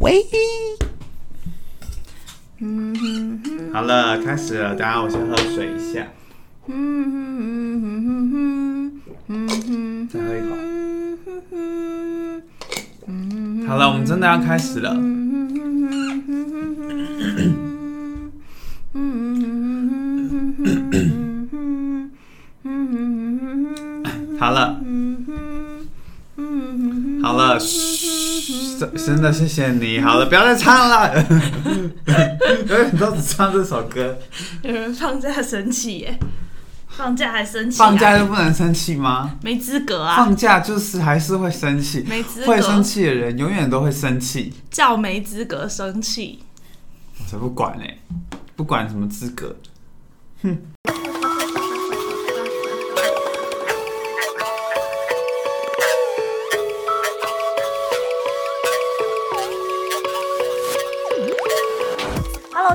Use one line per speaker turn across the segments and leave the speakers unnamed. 喂，
嗯哼哼，
好了，开始了。等下我先喝水一下，
嗯哼哼哼哼哼，嗯哼，
再喝一口。
嗯哼哼，嗯哼，
好了，我们真的要开始了。
嗯哼哼哼哼哼，嗯哼哼哼哼哼哼，嗯哼哼哼，
好了，
嗯哼，嗯哼哼。
好了，嘘真真的谢谢你。好了，不要再唱了。永远都只唱这首歌。
有人放假生气耶，放假还生气、啊？
放假就不能生气吗？
没资格啊，
放假就是还是会生气，
没资格
会生气的人永远都会生气。
叫没资格生气。
我才不管呢、不管什么资格。
Hello，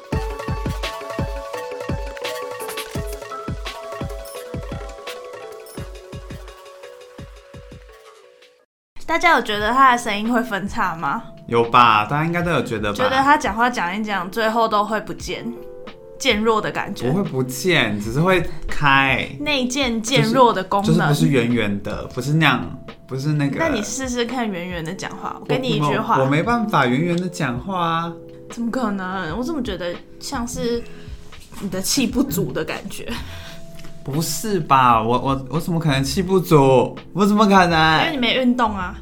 大家有觉得他的声音会分叉吗？
有吧？大家应该都有觉得吧？
觉得他讲话讲一讲，最后都会不见，渐弱的感
不
觉，
会不见，只是会开，
内建渐弱的功
就是
能。
不是圆圆的，不是那样，不是那个。
那你试试看圆圆的讲话，我
我
给你一句话，
我没办法圆圆的讲话啊。
怎么可能？我怎么觉得像是你的气不足的感觉？
不是吧？我我我怎么可能气不足？我怎么可
因为
能？
你没运动啊。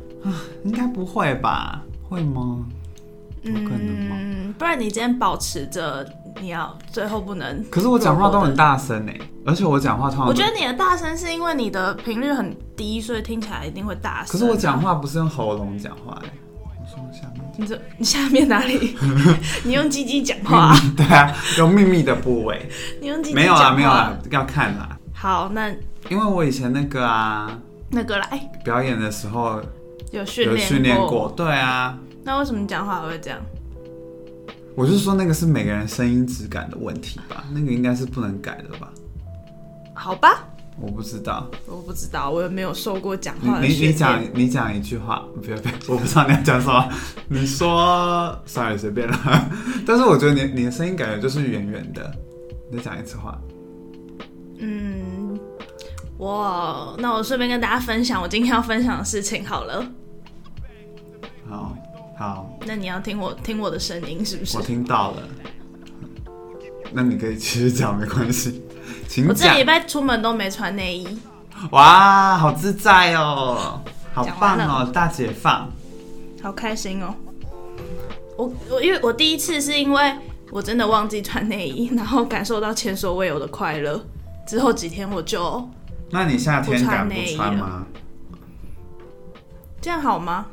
应该不会吧？会吗？有可能吗？
嗯，不然你今天保持着，你要最后不能。
可是我讲话都很。大声哎、而且我讲话通常都……
我觉得你的大声是因为你的频率很低，所以听起来一定会大声。
可是我，讲话不是用喉咙讲话哎、我说一下面
你这你下面哪里？你用鸡鸡讲话，
对啊，有秘密的部位
你用鸡鸡
没有啦，
讲话
没有啊啦，要看啦。
好，那
因为我以前那个啊
那个来
表演的时候
有训
有
练
训练过，对啊，
那为什么你讲话还会这样？
我是说那个是每个人声音质感的问题吧，那个应该是不能改的吧？
好吧，
我不知道。
我不知道，我也没有受过讲
你
话的
你
训
你
练。
讲你讲一句话，不要不要，我不知道你要讲什么。你说，sorry，随便了。 但是我觉得你你的声音感觉就是圆圆的。你再讲一次话，
嗯，我那我顺便跟大家分享我今天要分享的事情好了。
好好，
那你要听我听我的声音是不是
我？听到了。那你可以继续讲，没关系，请
我这
讲
礼。拜出门都没穿内衣，
哇，好自在哦，好棒
讲完
哦，大解放。
好开心哦！我我因为我第一次是因为我真的忘记穿内衣， 然后感受到前所未有的快乐。之后几天我就
那你夏天敢不
不穿内衣
穿吗？
这样好吗？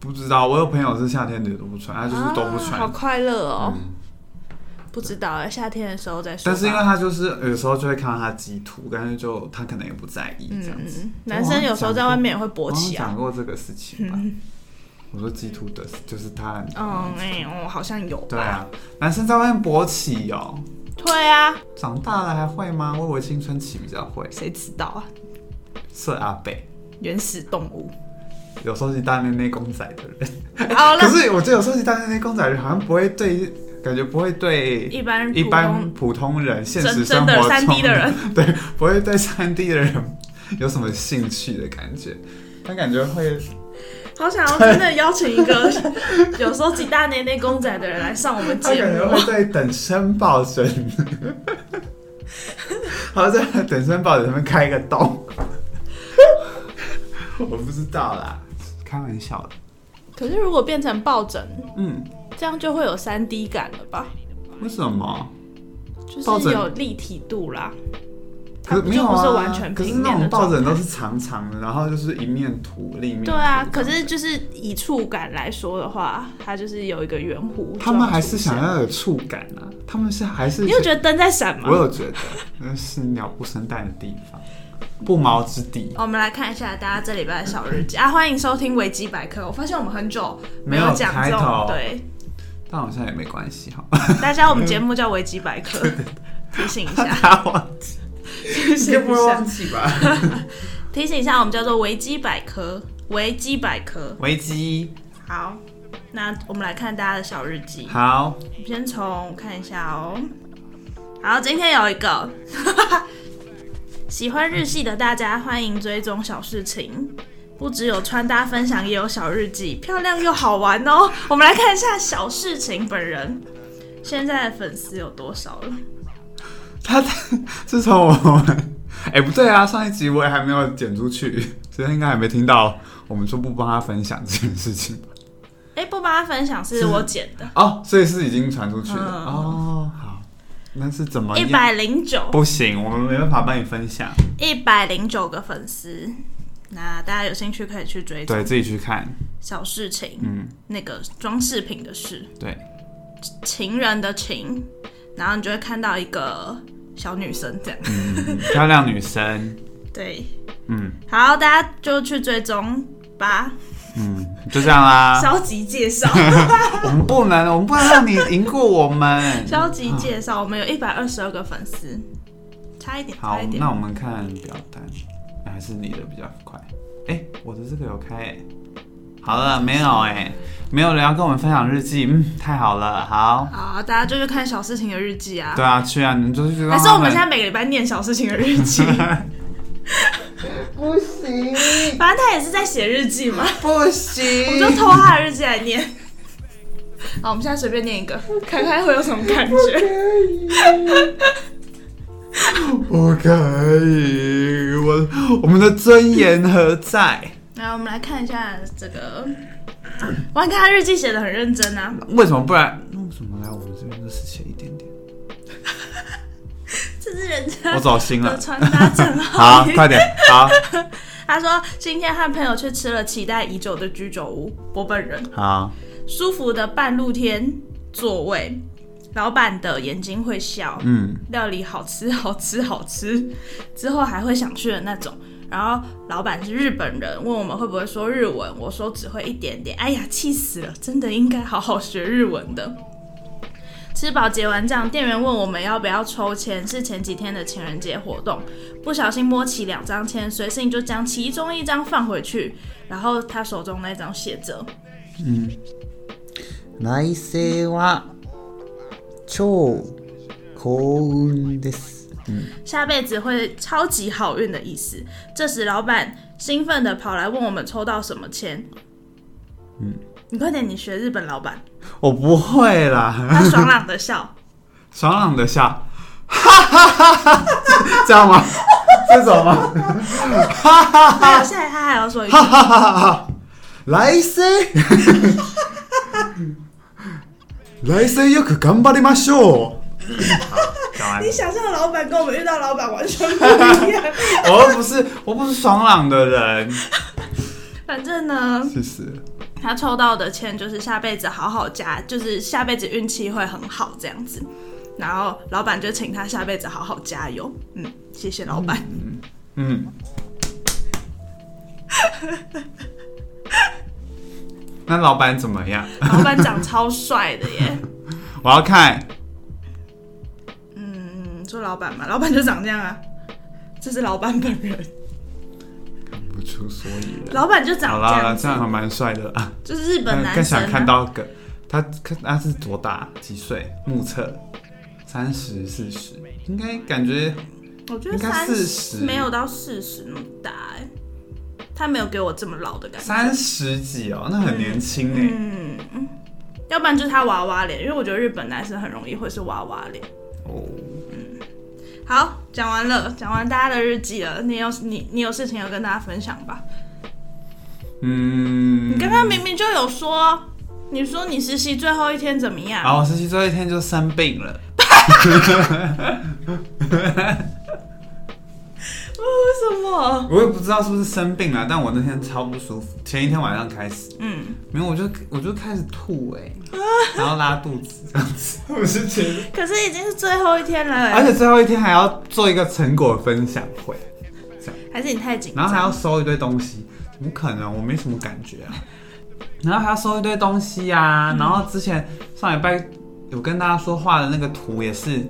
不知道，我有朋友是夏天的都不穿，他就是都不
啊
穿。
好快乐哦！
嗯
不知道哎，夏天的时候再说吧。
但是因为他就是有时候就会看到他鸡突，但是就他可能也不在意这样子。
嗯，男生有时候在外面也会勃
我好像
起啊
讲。过这个事情吧？ 我说鸡突的，就是他很
嗯，哎、我好像有吧。
对啊，男生在外面勃起哦，
对啊，
长大了还会吗？我以为青春期比较会。
谁知道啊？
是阿北，
原始动 物。
有收集大内内公仔的人，
好了
可，是我觉得有收集大内内公仔的人好像不会对，感觉不会对
一般
一
普
般
通
普通人现
真
实
真
生
的
活
三
中
D 的人，
对，不会对三 D 的人有什么兴趣的感觉。他感觉会，
好想要真的邀请一个 有收集大内内公仔的人来上我们
他
节
感觉
目。
会对等身 抱枕，好在等身抱枕上面开一个 洞。我不知道啦，开玩笑的。
可是如果变成抱枕，
嗯，
这样就会有三 D 感了吧？
为什么？
就
抱
是
枕
有立体度啦。
可是没
就
有
不
啊，
是完全
可是
平
那
面的
种抱枕
状态
都是长长的，然后就是一面土另一面
对啊
土，
可是就是以触感来说的话，它就是有一个圆弧。
他们还是想，要有触感啊，他们是还是
你有觉得灯在闪吗？
我有觉得那是鸟不生蛋的地方，不毛之地。
哦我们来看一下大家这礼拜的小日记啊！欢迎收听维基百科。我发现我们很久
没有
讲
开
这种
头
对，
但好像也没关系 哈，
大家我们节目叫维基百 科，提醒一下，
大家忘记，
提
应该
醒
不
一
会
下
忘，记吧？
提醒一下，我们叫做维基百科，维基百科。
危机，
好，那我们来看大家的小日记。
好，
我们先从看一下哦。好，今天有一个 喜欢日系的大家，欢迎追踪小事情。不只有穿搭分享，也有小日记，漂亮又好玩哦。我们来看一下小事情本人现在的粉丝有多少了？
他自从我们，哎、不对啊，上一集我也还没有剪出去，所以他应该还没听到我们说不帮他分享这件事情
哎、不帮他分享是我剪的，
哦，所以是已经传出去了、
嗯
哦。好，那是怎么
一
样？
百零九，
哎不行，我们没办法帮你分享，
一百零九个粉丝。那大家有兴趣可以去追踪
对自己去看。
小事情，
嗯，
那个装饰品的事。
对，
情人的情，然后你就会看到一个小女生这样。
嗯漂亮女生，
对，
嗯
好，大家就去追踪吧。
嗯，就这样啦。
消极介 绍，
我们不能，我们不能让你赢过我们。
消极介绍，我们有一百二十二个粉丝，差一点，
好
差一，点
那。我们看表单，哎还是你的比较快。哎、我的这个有开、欸。好了，没有哎、没有人要跟我们分享日记，嗯，太好了，好。
好，大家就去看小事情的日记啊。
对啊，去啊，你们就是去让
还是
他
我们现在每个礼拜念小事情的日 记，
不行
反正他也是在写日记 嘛，
不
我们就
行，
偷他的日记来念。好，我们现在随便念一个，看看会有什么感觉。
不可以，我我们的尊严何在？
来，我们来看一下这个，我看他日记写的很认真啊。
为什么不然？那为什么来我们这边就是写一点点？
这是人家
我走心
的
了，
穿搭正
好
好。，
快点，好。
他说今天和朋友去吃了期待已久的居酒屋，我本人
好，
舒服的半露天座位，老板的眼睛会笑，
嗯，
料理好吃好吃好吃，之后还会想去的那种。然后老板是日本人，问我们会不会说日文，我说只会一点点。哎呀，气死了！真的应该好好学日文的。吃饱结完账，店员问我们要不要抽签，是前几天的情人节活动，不小心摸起两张签，随性就将其中一张放回去，然后他手中那张写着
来世は超幸運です。
下辈子会超级好运的意思。这时，老板兴奋的跑来问我们抽到什么签。嗯，你快点，你学日本老板。
我不会啦，
他爽朗的笑，
爽朗的笑， 哈哈哈哈，这样吗？这种吗？
还有现在他还要说一句，
哈哈哈哈， 来 世，来世よく頑張りましょう。讲完了
你想象的老板跟我们遇到老板完全不一样。
我又不是我不是爽朗的人，
反正呢，
去死了！
他抽到的签就是下辈子好好加，就是下辈子运气会很好这样子。然后老板就请他下辈子好好加油。嗯，谢谢老板。
嗯， 那老板怎么样？
老板长超帅的耶。
我要看
嗯，做老板嘛， 老板就长这样啊。这是老板本人，
不出所以然。
老板就
好
长这
啦，
样
这
子，
样还蛮帅的啦。
就是日本男
更
生、啊。
想看到个他，看他是多大？几岁？目测三十、四十，应该感觉
我觉得
应该
三
40
没有到四十那么大哎、他没有给我这么老的感觉。
三十几哦，那很年轻哎、
嗯，要不然就是他娃娃脸，因为我觉得日本男生很容易会是娃娃脸。
哦，
好，讲完了，讲完大家的日记了，你有你你有事情要跟大家分享吧？
嗯，
你刚刚明明就有说，你说你实习最后一天怎么样？
好，我实习最后一天就生病了。
哦，
我也不知道是不是生病了，但我那天超不舒服，前一天晚上开始，
嗯，
没有，我就我就开始吐 哎、然后拉肚子这样子，我是觉得，
可是已经是最后一天了欸，
而且最后一天还要做一个成果分享会，
还是你太紧
然后还要
张，
收一堆东西，怎么可能？我没什么感觉啊。然后还要收一堆东西啊，然后之前上礼拜有跟大家说画的那个图也是，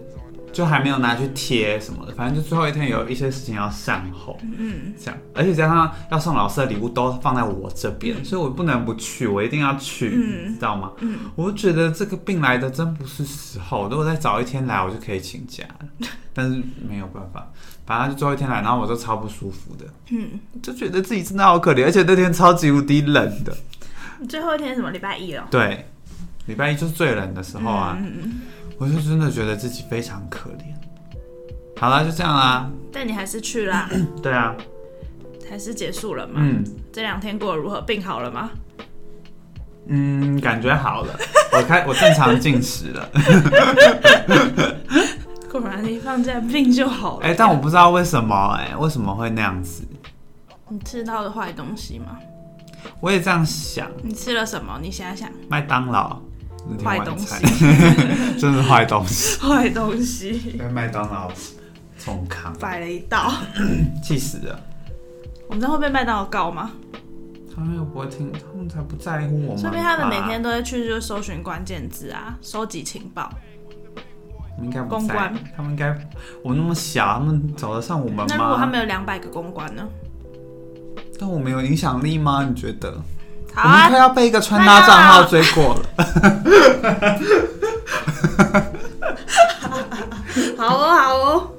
就还没有拿去贴什么的，反正就最后一天有一些事情要善后，
嗯，
这样，而且加上要送老师的礼物都放在我这边，所以我不能不去，我一定要去，
嗯
你知道吗？我就觉得这个病来的真不是时候，如果再早一天来，我就可以请假 了，但是没有办法，反正就最后一天来，然后我就超不舒服的，
嗯，
就觉得自己真的好可怜，而且那天超级无敌冷的，
你最后一天是什么礼拜一哦了，
对，礼拜一就是最冷的时候啊，
嗯嗯嗯，
我就真的觉得自己非常可怜。好啦，就这样啦，
但你还是去啦，
对啊，
还是结束了嘛？
嗯。
这两天过得如何？病好了吗？
嗯，感觉好了，我开我正常进食了。
果然你放假病就好了。
哎、但我不知道为什么、哎，为什么会那样子？
你吃到的坏东西吗？
我也这样想，
你吃了什么？你想想，
麦当劳那天
坏
晚
东
餐
西，
真是坏东西。
坏东西，
麦当劳重康，
摆了一道。
气死了！
我们这样会被麦当劳告吗？
他们又不会听，他们才不在乎我们。
说不定他们每天，都会去就是搜寻关键字啊，收集情报。
他们应该不在
公关，
他们应该我那么小，他们找得上我们
那如果他
吗？
们有两百个公关 呢？
但我们有影响力吗？你觉得？
好
我们
啊
快，要被一个穿搭账号追过了。
好哦，好哦。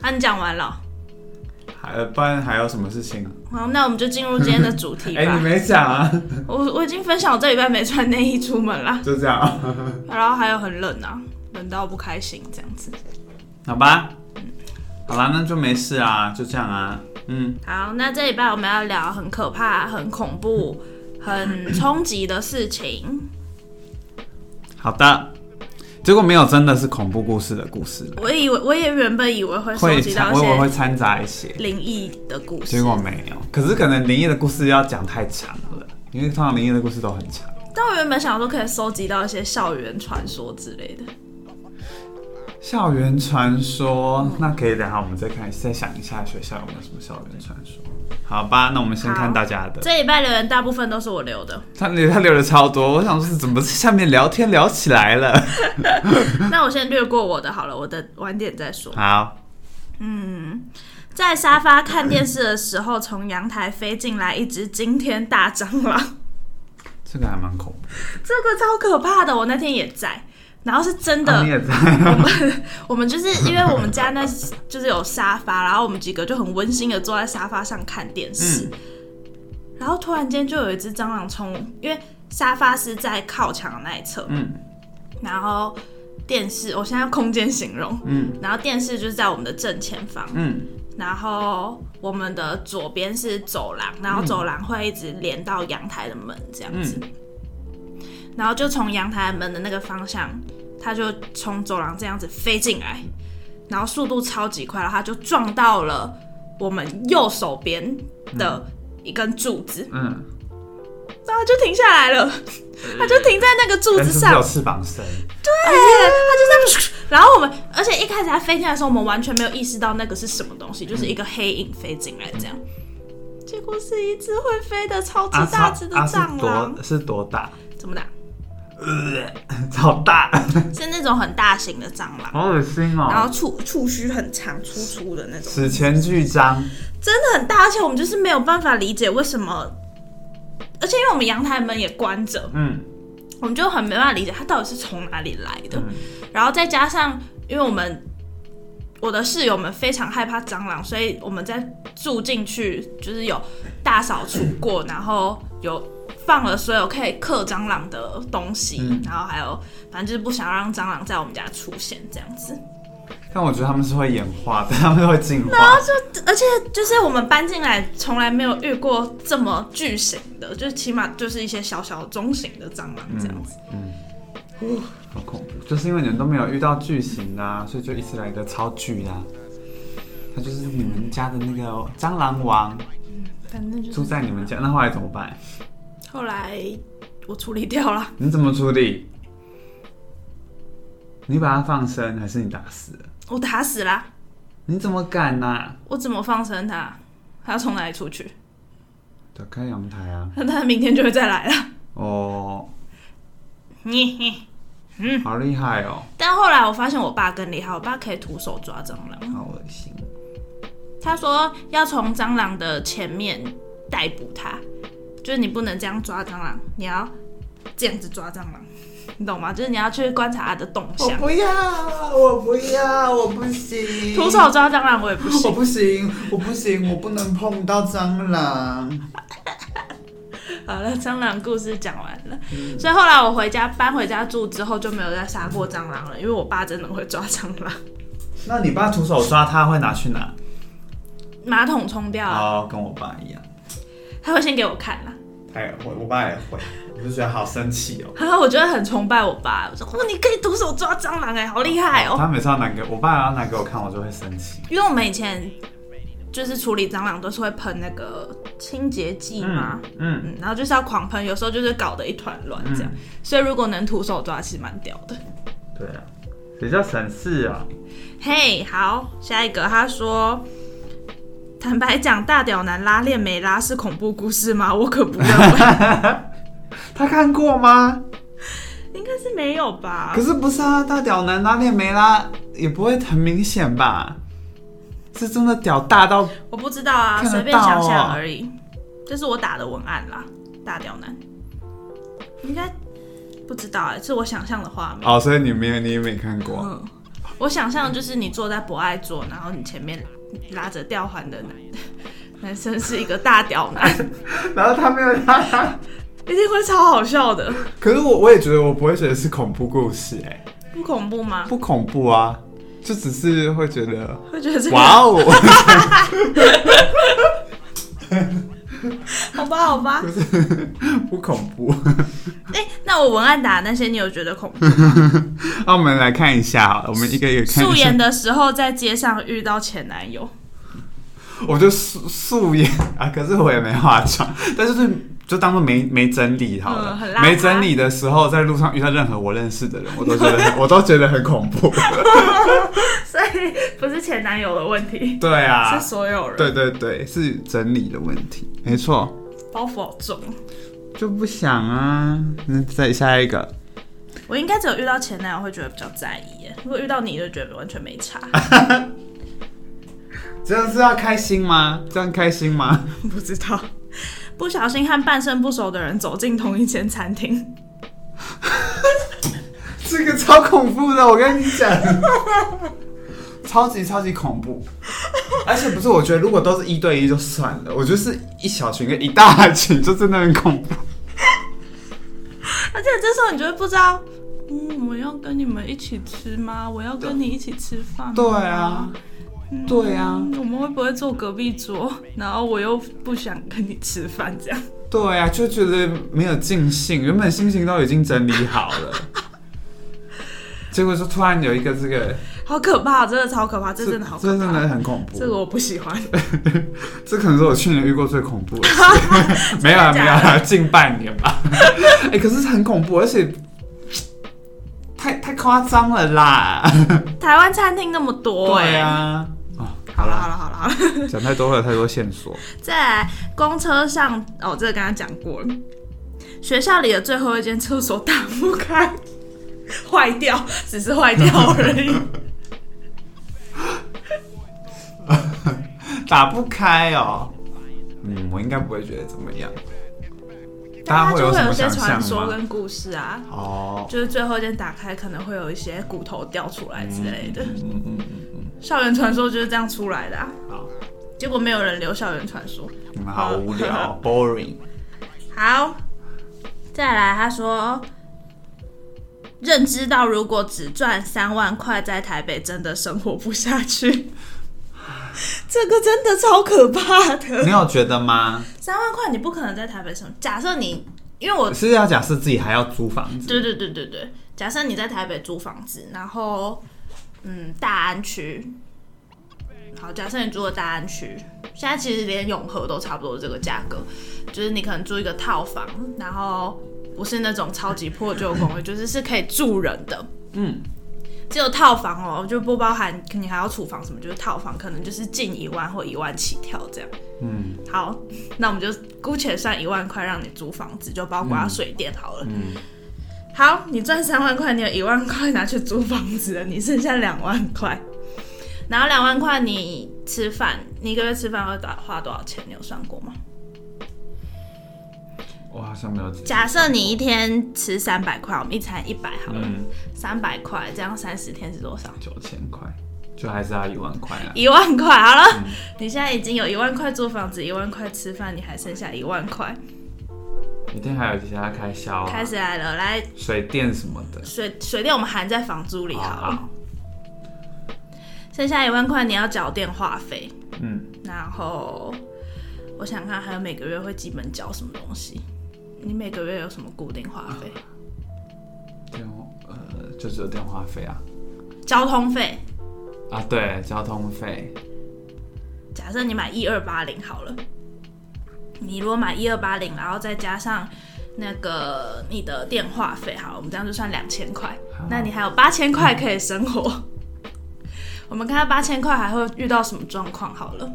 啊，你讲完了，
还不然还有什么事情啊？
好，那我们就进入今天的主题
哎、你
吧。
没讲啊，
我我已经分享我这礼拜没穿内衣出门啦，
就这样啊。
然后还有很冷啊，冷到不开心这样子。
好吧，好啦，那就没事啊，就这样啊。嗯，
好，那这礼拜我们要聊很可怕、很恐怖、很冲击的事情。
好的。结果没有，真的是恐怖故事的故事了，
我以为我也原本以为会收
会
集到
掺，
一
我以为会
些
掺杂一些，
灵异的故事
结，果没有。可是可能灵异的故事要讲太长了，因为通常灵异的故事都很长。
但我原本想说可以收集到一些校园传说之类的。
校园传说，那可以等下我们再看，再想一下学校有没有什么校园传说。好吧，那我们先看
好
大家的。
这礼拜留言大部分都是我留的，
他他留的超多，我想说是怎么下面聊天聊起来了。
那我先略过我的好了，我的晚点再说。
好，
在沙发看电视的时候，从阳台飞进来一只惊天大蟑螂。
这个还蛮恐怖
这个超可怕的，我那天也在，然后是真
的。
的，
啊你也在。
我们就是因为我们家那就是有沙发，然后我们几个就很温馨的坐在沙发上看电视，
嗯
然后突然间就有一只蟑螂从，因为沙发是在靠墙的那一侧，
嗯
然后电视我现在用空间形容，
嗯，
然后电视就是在我们的正前方，
嗯
然后我们的左边是走廊，然后走廊会一直连到阳台的门这样
嗯
子，然后就从阳台门的那个方向，它就从走廊这样子飞进来，然后速度超级快，然后它就撞到了我们右手边的一根柱子，
嗯，
然后它就停下来 了，它就停在那个柱
但
子
是不
上
是，有翅膀声？
对，它就这样。然后我们，而且一开始它飞进来的时候，我们完全没有意识到那个是什么东西，就是一个黑影飞进来这样。结果是一只会飞的嗯超级大只的
啊是
蟑螂，
多是多大？
怎么打？
呃，好大，
是那种很大型的蟑螂，
好恶心
然
哦！
后触触须很长、粗粗的那种，
史前巨章，
真的很大。而且我们就是没有办法理解为什么，而且因为我们阳台门也关着，
嗯
我们就很没办法理解它到底是从哪里来的。
嗯
然后再加上，因为我们我的室友们非常害怕蟑螂，所以我们在住进去就是有大扫除过，然后有放了所有可以克蟑螂的东西，
嗯
然后还有反正就是不想让蟑螂在我们家出现这样子。
但我觉得他们是会演化的，他们会进化。
而且就是我们搬进来从来没有遇过这么巨型的，就是起码就是一些小小中型的蟑螂这样子。
好恐怖，就是因为你们都没有遇到巨型的、啊，所以就一次来一个超巨的、啊。他就是你们家的那个蟑螂王，
反正就是
住在你们家，那后来怎么办？
后来我处理掉了，
你怎么处理？你把它放生，还是你打死了？
我打死啦，
你怎么啊敢呐、
我怎么放生它？它要从哪里出去？
打开阳台啊！
那它明天就会再来了。
哦，
嘿嘿
好厉害哦，
但后来我发现我爸更厉害，我爸可以徒手抓蟑螂。
好恶心。
他说要从蟑螂的前面逮捕它，就是你不能这样抓蟑螂，你要这样子抓蟑螂，你懂吗？就是你要去观察它的动
哦我
向。
不要，我不要，我不行。
徒手抓蟑螂我也不
我
行，
不行，我不行，我不能碰到蟑螂。
好了，蟑螂故事讲完了。所以后来我回家搬回家住之后就没有再杀过蟑螂了，因为我爸真的会抓蟑螂，
那你爸徒手抓他会拿去哪？
马桶冲掉了，
哦，跟我爸一样，
他会先给我看啦。
他也会，哎我爸也会，我就觉得好生气哦。
然后我就会很崇拜我爸，我说哦，你可以徒手抓蟑螂哎、好厉害哦！
他每次要拿给我爸要拿给我看，我就会生气。
因为我们以前就是处理蟑螂都是会喷那个清洁剂嘛，
嗯，
嗯，然后就是要狂喷，有时候就是搞得一团乱这样。
嗯
所以如果能徒手抓，其实蛮屌的。
对啊，谁叫省事啊？
嘿、好，下一个他说。坦白讲，大屌男拉链没拉是恐怖故事吗？我可不认 为，
他看过吗？
应该是没有吧
可。是不是啊，大屌男拉链没拉，也不会很明显吧？是真的屌大到
我不知道啊，
看得
随便想
到
想
哦
而已。这是我打的文案啦，大屌男，应该不知道哎、是我想象的画面。
哦，所以你没有，你也没看过。
嗯，我想象就是你坐在博爱座，然后你前面拉着吊环的男 男生是一个大屌男， 嗯
然后他没有拉，
一定会超好笑的，
可是我我也觉得我不会觉得是恐怖故事、哎，
不恐怖吗？
不恐怖啊，就只是会觉得
会觉得这个
哇 哦，
好吧，好吧
不。是不恐怖。
哎、那我文案打的那些，你有觉得恐怖？
那我们来看一下好了，我们一个一个看。
素颜，的时候在街上遇到前男友，
我就素素颜啊，可是我也没化妆， 但是就是就当做没没整理好了
嗯。很邋遢
没整理的时候，在路上遇到任何我认识的人，我都觉得很 我都觉得很恐怖。
所以不是前男友的问题，
对啊
是，所有人。
对，对对，是整理的问题，没错。
包袱好重。
就不想啊。那再下一个，
我应该只有遇到前男友会觉得比较在意耶，如果遇到你就觉得完全没差，
这样是要开心吗？这样开心吗？
不知道。不小心和半生不熟的人走进同一间餐厅，
这个超恐怖的，我跟你 讲，超级超级恐怖。而且不是，我觉得如果都是一对一就算了，我觉得是一小群跟一大群就真的很恐怖。
而且这时候你就会不知道，嗯，我要跟你们一起吃吗？我要跟你一起吃饭吗？
对啊，
嗯
对啊，
我们会不会坐隔壁桌？然后我又不想跟你吃饭，这样。
对啊，就觉得没有尽兴，原本心情都已经整理好 了，结果就突然有一个这个，
好可怕，真的超可怕，这真的好
这
可
真的
怕，
很恐怖。
这个我不喜欢。
这可能是我去年遇过最恐怖的事， 没有啊，没有啊，近半年吧。 哎、可是很恐怖，而且太太夸张了啦。
台湾餐厅那么多、哎。
对啊，哦，
好
好
了好
啦，
了好了好了，
讲太多会有太多线索。
再来公车上哦，这个刚刚讲过了。学校里的最后一间厕所打不开，坏掉， 只是坏掉而 已。
打不开哦，嗯，我应该不会觉得怎么样。大家会
就
有
会
什么
一些
想
传说
象吗？
跟故事啊，
哦，
就是最后一间打开可能会有一些骨头掉出来之类的。
嗯嗯嗯嗯，
校园传说就是这样出来的、啊，
好，
结果没有人留校园传说。
你们嗯好无 聊，boring。
好，再来，他说，认知到如果只赚三万块，在台北真的生活不下去。这个真的超可怕的，
你有觉得吗？
三万块你不可能在台北生活。假设你，因为我，
是要假设自己还要租房子？
对对对对对，假设你在台北租房子，然后，嗯，大安区，好，假设你住的大安区，现在其实连永和都差不多这个价格，就是你可能住一个套房，然后不是那种超级破旧的公 寓，就是是可以住人的。
嗯，
只有套房哦，就不包含你还要厨房什么，就是套房可能就是近一万或一万起跳这样。
嗯
好，那我们就姑且算一万块让你租房子，就包括水电好了。
嗯，
好，你赚三万块，你有一万块拿去租房子了，你剩下两万块，然后两万块你吃饭，你一个月吃饭会打花多少钱？你有算过吗？
我好像没有。
假设你一天吃三百块，我们一餐一百好了，
嗯，
三百块，这样三十天是多少？
九千块，就还是要一万块啊。
一万块好了，你现在已经有一万块租房子，一万块吃饭，你还剩下一万块，
一定还有其他开销、啊，
开始来了，来
水电什么的。
水水电我们含在房租里好了，
好，
剩下一万块你要缴电话费，
嗯，
然后我想看还有每个月会基本缴什么东西。你每个月有什么固定花费？
电话呃，就只有电话费啊。
交通费，
啊，对，交通费，
假设你买一二八零好了，你如果买一二八零，然后再加上那个你的电话费，好，我们这样就算两千块
好，
那你还有八千块可以生活。 我们看看八千块还会遇到什么状况好了。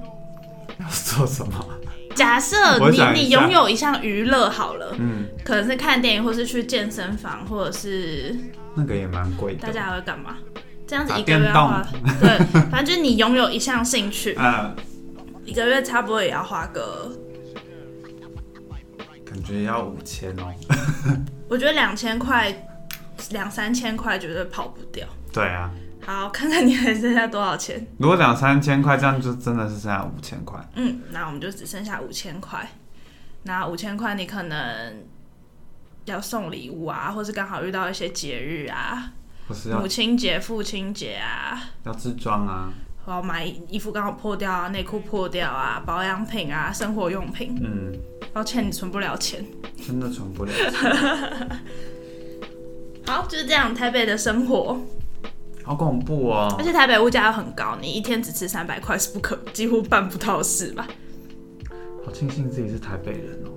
要做什么？
假设
我
你
想一
你
下
拥有一项娱乐好了，
嗯，
可能是看电影，或是去健身房，或者是
那个也蛮贵的。
大家还会干嘛？这样子
打
一个月要花
电，
对，反正就是你拥有一项兴 趣，
嗯，
一个月差不多也要花个，
感觉要五千哦。
我觉得两千块、两三千块绝对跑不掉。
对啊，
好，看看你还剩下多少钱。
如果两三千块，这样就真的是剩下五千块。
嗯，那我们就只剩下五千块。那五千块你可能要送礼物啊，或是刚好遇到一些节日啊，
不是要
母亲节、父亲节啊，
要自装啊，
我要买衣服刚好破掉啊，内裤破掉啊，保养品啊，生活用品。
嗯，
抱歉，你存不了钱。
真的存不了。
好，就是这样，台北的生活，
好恐怖哦
而！且台北物价又很高，你一天只吃三百块是不可，几乎办不到的事吧？
好庆幸自己是台北人哦。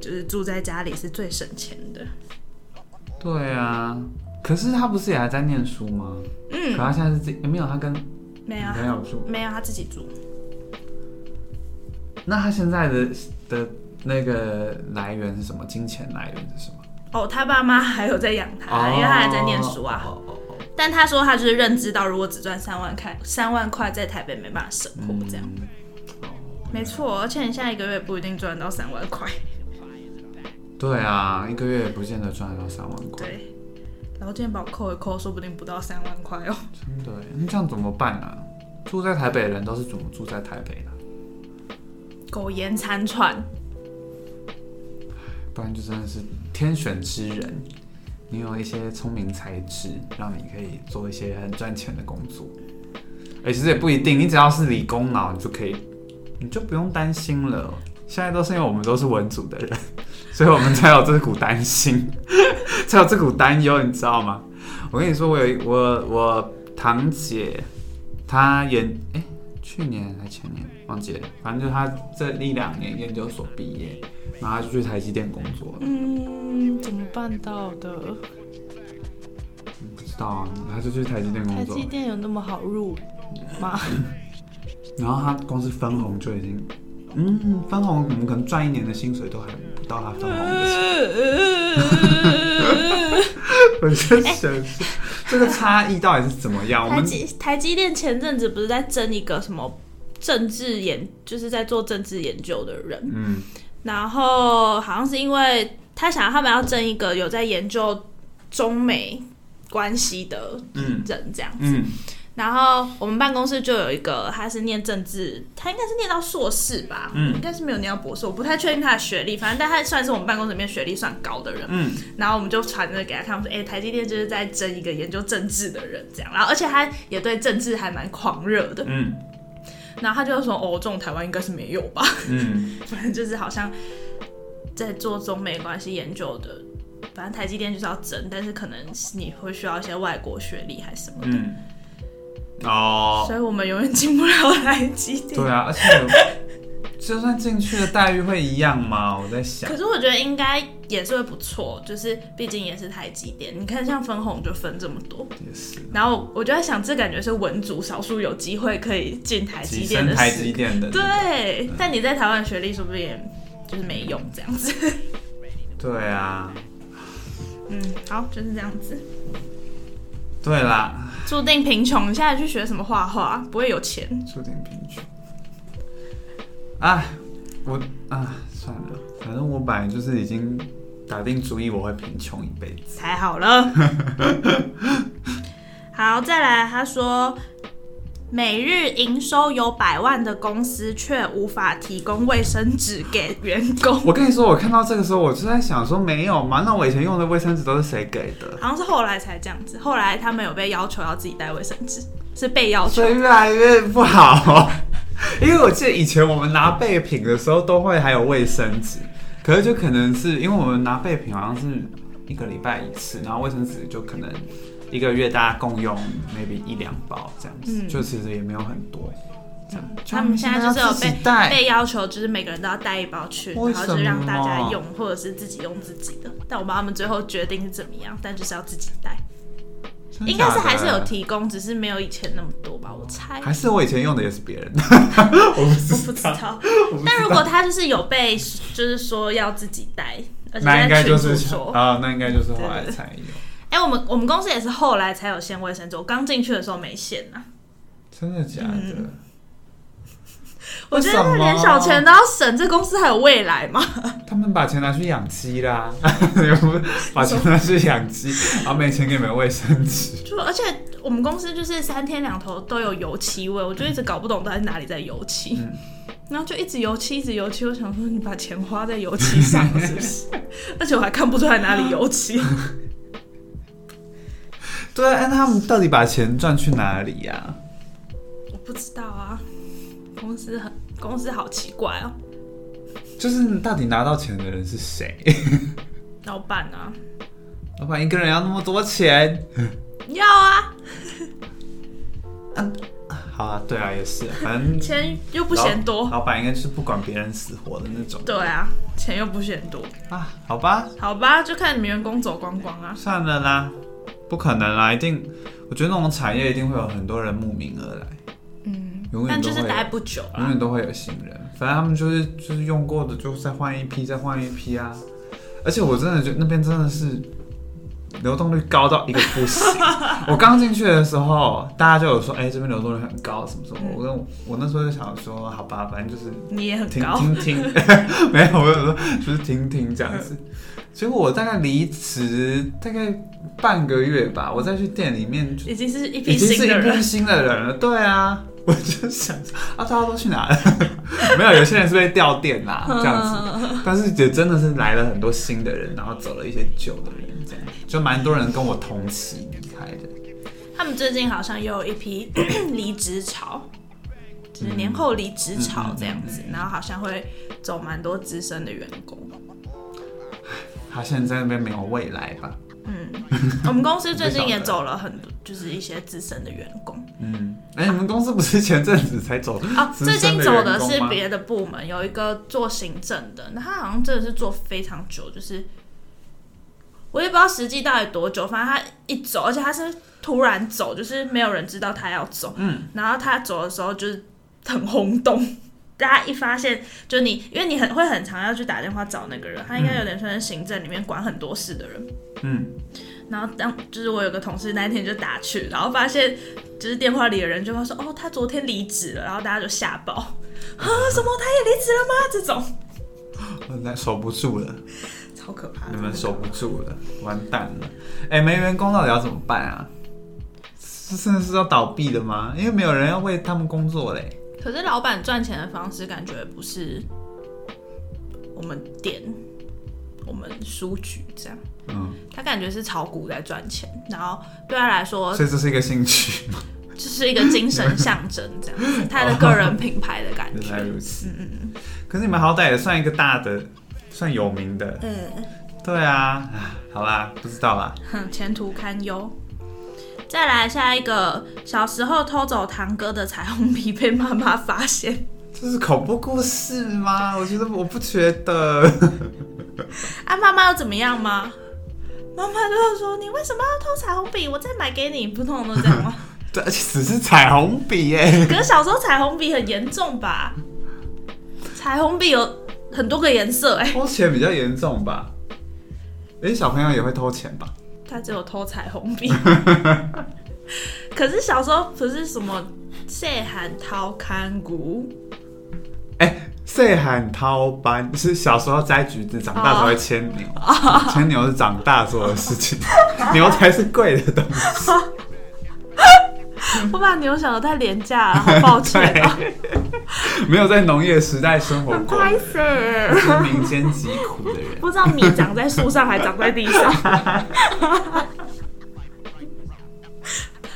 就是住在家里是最省钱的。
对啊，可是他不是也还在念书吗？可
嗯，啊
他现在是自己、诶没有，他跟
没有
女朋友住。
没有，他自己住。
那他现在的的那个来源是什么？金钱来源是什么？
哦，他爸妈还有在养他，因为他还在念书啊。
哦哦哦哦
但他说他就是认知到，如果只赚三万块，三万块在台北没办法生活这样。
嗯
没错，而且你下一个月不一定赚到三万块。
对啊，一个月也不见得赚得到三万块，
对，劳健保扣一扣，说不定不到三万块哦。
真的耶。那这样怎么办啊？住在台北的人都是怎么住在台北的？
苟延残喘，
不然就真的是天选之人。你有一些聪明才智，让你可以做一些很赚钱的工作。哎、其实也不一定，你只要是理工脑，你就可以，你就不用担心了。现在都是因为我们都是文组的人， 所以我们才有这股担心， 才有这股担忧，你知道吗？我跟你说，我有一我我堂姐，她研哎、去年还前年忘记了，反正就是她这一两年研究所毕业，然后他就去台积电工作了。
嗯，怎么办到的？
不知道啊，他就去台积电
台
工作
积，电有那么好入吗？
然后他公司分红就已经，嗯，分红我们可能赚一年的薪水都还不到他分红的钱。 我就想说，这个差异到底是怎么样？我
台
们
积台积电前阵子不是在争一个什么政治研，就是在做政治研究的人，
嗯
然后好像是因为他想要他们要争一个有在研究中美关系的
嗯
人这样子。
嗯
然后我们办公室就有一个，他是念政治，他应该是念到硕士吧，
嗯
应该是没有念到博士，我不太确定他的学历，反正但他算是我们办公室里面学历算高的人。
嗯，
然后我们就传着给他看，我们说，哎、台积电就是在争一个研究政治的人这样，然后而且他也对政治还蛮狂热的，
嗯
然后他就说，哦，这种台湾应该是没有吧，
嗯，
反正就是好像在做中美关系研究的，反正台积电就是要争，但是可能你会需要一些外国学历还是什么的，
嗯，哦，
所以我们永远进不了来基地。
对啊，而且就算进去的待遇会一样吗？我在想
可，是我觉得应该也是会不错，就是毕竟也是台积电，你看像分红就分这么多，
也是
然后我就在想，这感觉是文组少数有机会可以进台积
跻
电
身
的
台
时
积电的那个
对，但你在台湾的学历说不定也就是没用这样子。
对啊，
嗯，好，就是这样子，
对啦，
注定贫穷。你现在去学什么画画，不会有钱。
注定贫穷。哎，我啊，算了，反正我本来就是已经打定主意我会贫穷一辈子。
才好了。 好，再来，他说，每日营收有百万的公司却无法提供卫生纸给员工，
我跟你说，我看到这个时候，我就在想说，没有嘛？那我以前用的卫生纸都是谁给的？
好像是后来才这样子。后来他们有被要求要自己带卫生纸，是被要求
所以。越来越不好。 因为我记得以前我们拿备品的时候，都会还有卫生纸，可是就可能是因为我们拿备品好像是一个礼拜一次，然后卫生纸就可能一个月大家共用 maybe 一两包这样子，
嗯
就其实也没有很多。欸这样
他们现在就是有被
要自己带
被要求，就是每个人都要带一包去，然
为
后
什么啊
就是让大家用，或者是自己用自己的。但我不知道他们最后决定是怎么样，但就是要自己带，
真的
应该是
假的
还是有提供，只是没有以前那么多吧，我猜。
还是我以前用的也是 别人的，我不
我
知
不知
道。
道
我不知道，
但如果他就是有被，就是说要自己带，而且
那应该
在群
就
主
是
说，哎、
啊、那应该就是后来才有。
我们我们公司也是后来才有限卫生纸，我刚进去的时候没限啊。
真的假的？
嗯我
为
觉
什
得
么
他连小钱都要省，这公司还有未来吗？
他们把钱拿去养鸡啦， 你们把钱拿去养鸡，然后没钱给你们卫生纸。
就而且我们公司就是三天两头都有油漆味，我就一直搞不懂到底哪里在油漆。
嗯
然后就一直油漆，一直油漆。我想说，你把钱花在油漆上了是不 是？而且我还看不出来哪里油漆。
对啊，那他们到底把钱赚去哪里呀、
我不知道啊，公司很公司好奇怪哦、
就是到底拿到钱的人是谁？
老板啊，
老板一个人要那么多钱？
要啊，
好啊，对啊，也是，反正
钱又不嫌多。
老板应该是不管别人死活的那种
对啊，钱又不嫌多，
啊。好吧，
好吧，就看你们员工走光光啊。
算了啦，不可能啦，一定，我觉得那种产业一定会有很多人慕名而来，
嗯，
永远
但
都
就
会
是
有
待不久
永
啊。
远都会有新人，反正他们就是就是用过的，就再换一批，再换一批啊。而且我真的觉得那边真的是流动率高到一个不行。 我刚进去的时候，大家就有说，哎、这边流动率很高，什么什么。我跟我我那时候就想说，好吧，反正就是
你也嗯很
听
高，
听 听，没有，我有说就是听听这样子。结果我大概离职大概半个月吧，我再去店里面就
已经是一批
已经是
新
一
的
批
人。
新的人了，对啊， 我就想说啊，大家都去哪了？ 没有，有些人是被调店啦，这样子，但是也真的是来了很多新的人，然后走了一些旧的人，这样就蛮多人跟我同期离开的。
他们最近好像又有一批离职潮，就是年后离职
嗯
潮这样子，然后好像会走蛮多资深的员工。
他现在在那边没有未来吧？
嗯，我们公司最近也
不晓得
走了很多，就是一些资深的员工。
嗯，哎、你们公司不是前阵子才走
哦，
资
最
深
近走
员
的
工
是
吗
别的部门，有一个做行政的，那他好像真的是做非常久，就是我也不知道实际到底多久，反正他一走，而且他是突然走，就是没有人知道他要走，
嗯，
然后他走的时候就是很轰动。大家一发现，就你，因为你很会很常要去打电话找那个人，他应该有点算是行政里面管很多事的人。
嗯，
然后当就是我有个同事那一天就打去，然后发现就是电话里的人就会说哦，他昨天离职了，然后大家就吓 爆啊，什么他也离职了吗？这种
我在守不住了，
超可怕的。
你们守不住了，完蛋了！哎、没员工到底要怎么办啊？是真的是要倒闭的吗？因为没有人要为他们工作嘞。
可是老板赚钱的方式感觉不是我们店、我们书局这样，
嗯，
他感觉是炒股在赚钱，然后对他来说
所以这是一个兴趣吗。
就是一个精神象征，这样 子他的个人品牌的感
哦原来
觉。
如此。嗯可是你们好歹也算一个大的，算有名的。
嗯。
对啊，啊好啦，不知道啦。
哼，前途堪忧。再来下一个，小时候偷走堂哥的彩虹笔被妈妈发现。
这是恐怖故事吗？我觉得我不觉得。
啊，妈妈又怎么样吗？妈妈就是说你为什么要偷彩虹笔？我再买给你，不通常都这样吗？
对，而且只是彩虹笔耶。
可是小时候彩虹笔很严重吧？彩虹笔有很多个颜色哎、
偷钱比较严重吧？哎、小朋友也会偷钱吧？
他只有偷彩虹笔。 可是小时候不是什么谢寒掏看骨，
哎、岁喊掏班是小时候摘橘子，长大才会牵牛。 牵牛是长大做的事情， 牛才是贵的东西。
我把牛想的太廉价了，好抱歉啊，
没有在农业时代生活
很
过，
拍摄。
是民间疾苦的人。
不知道米长在树上还长在地上。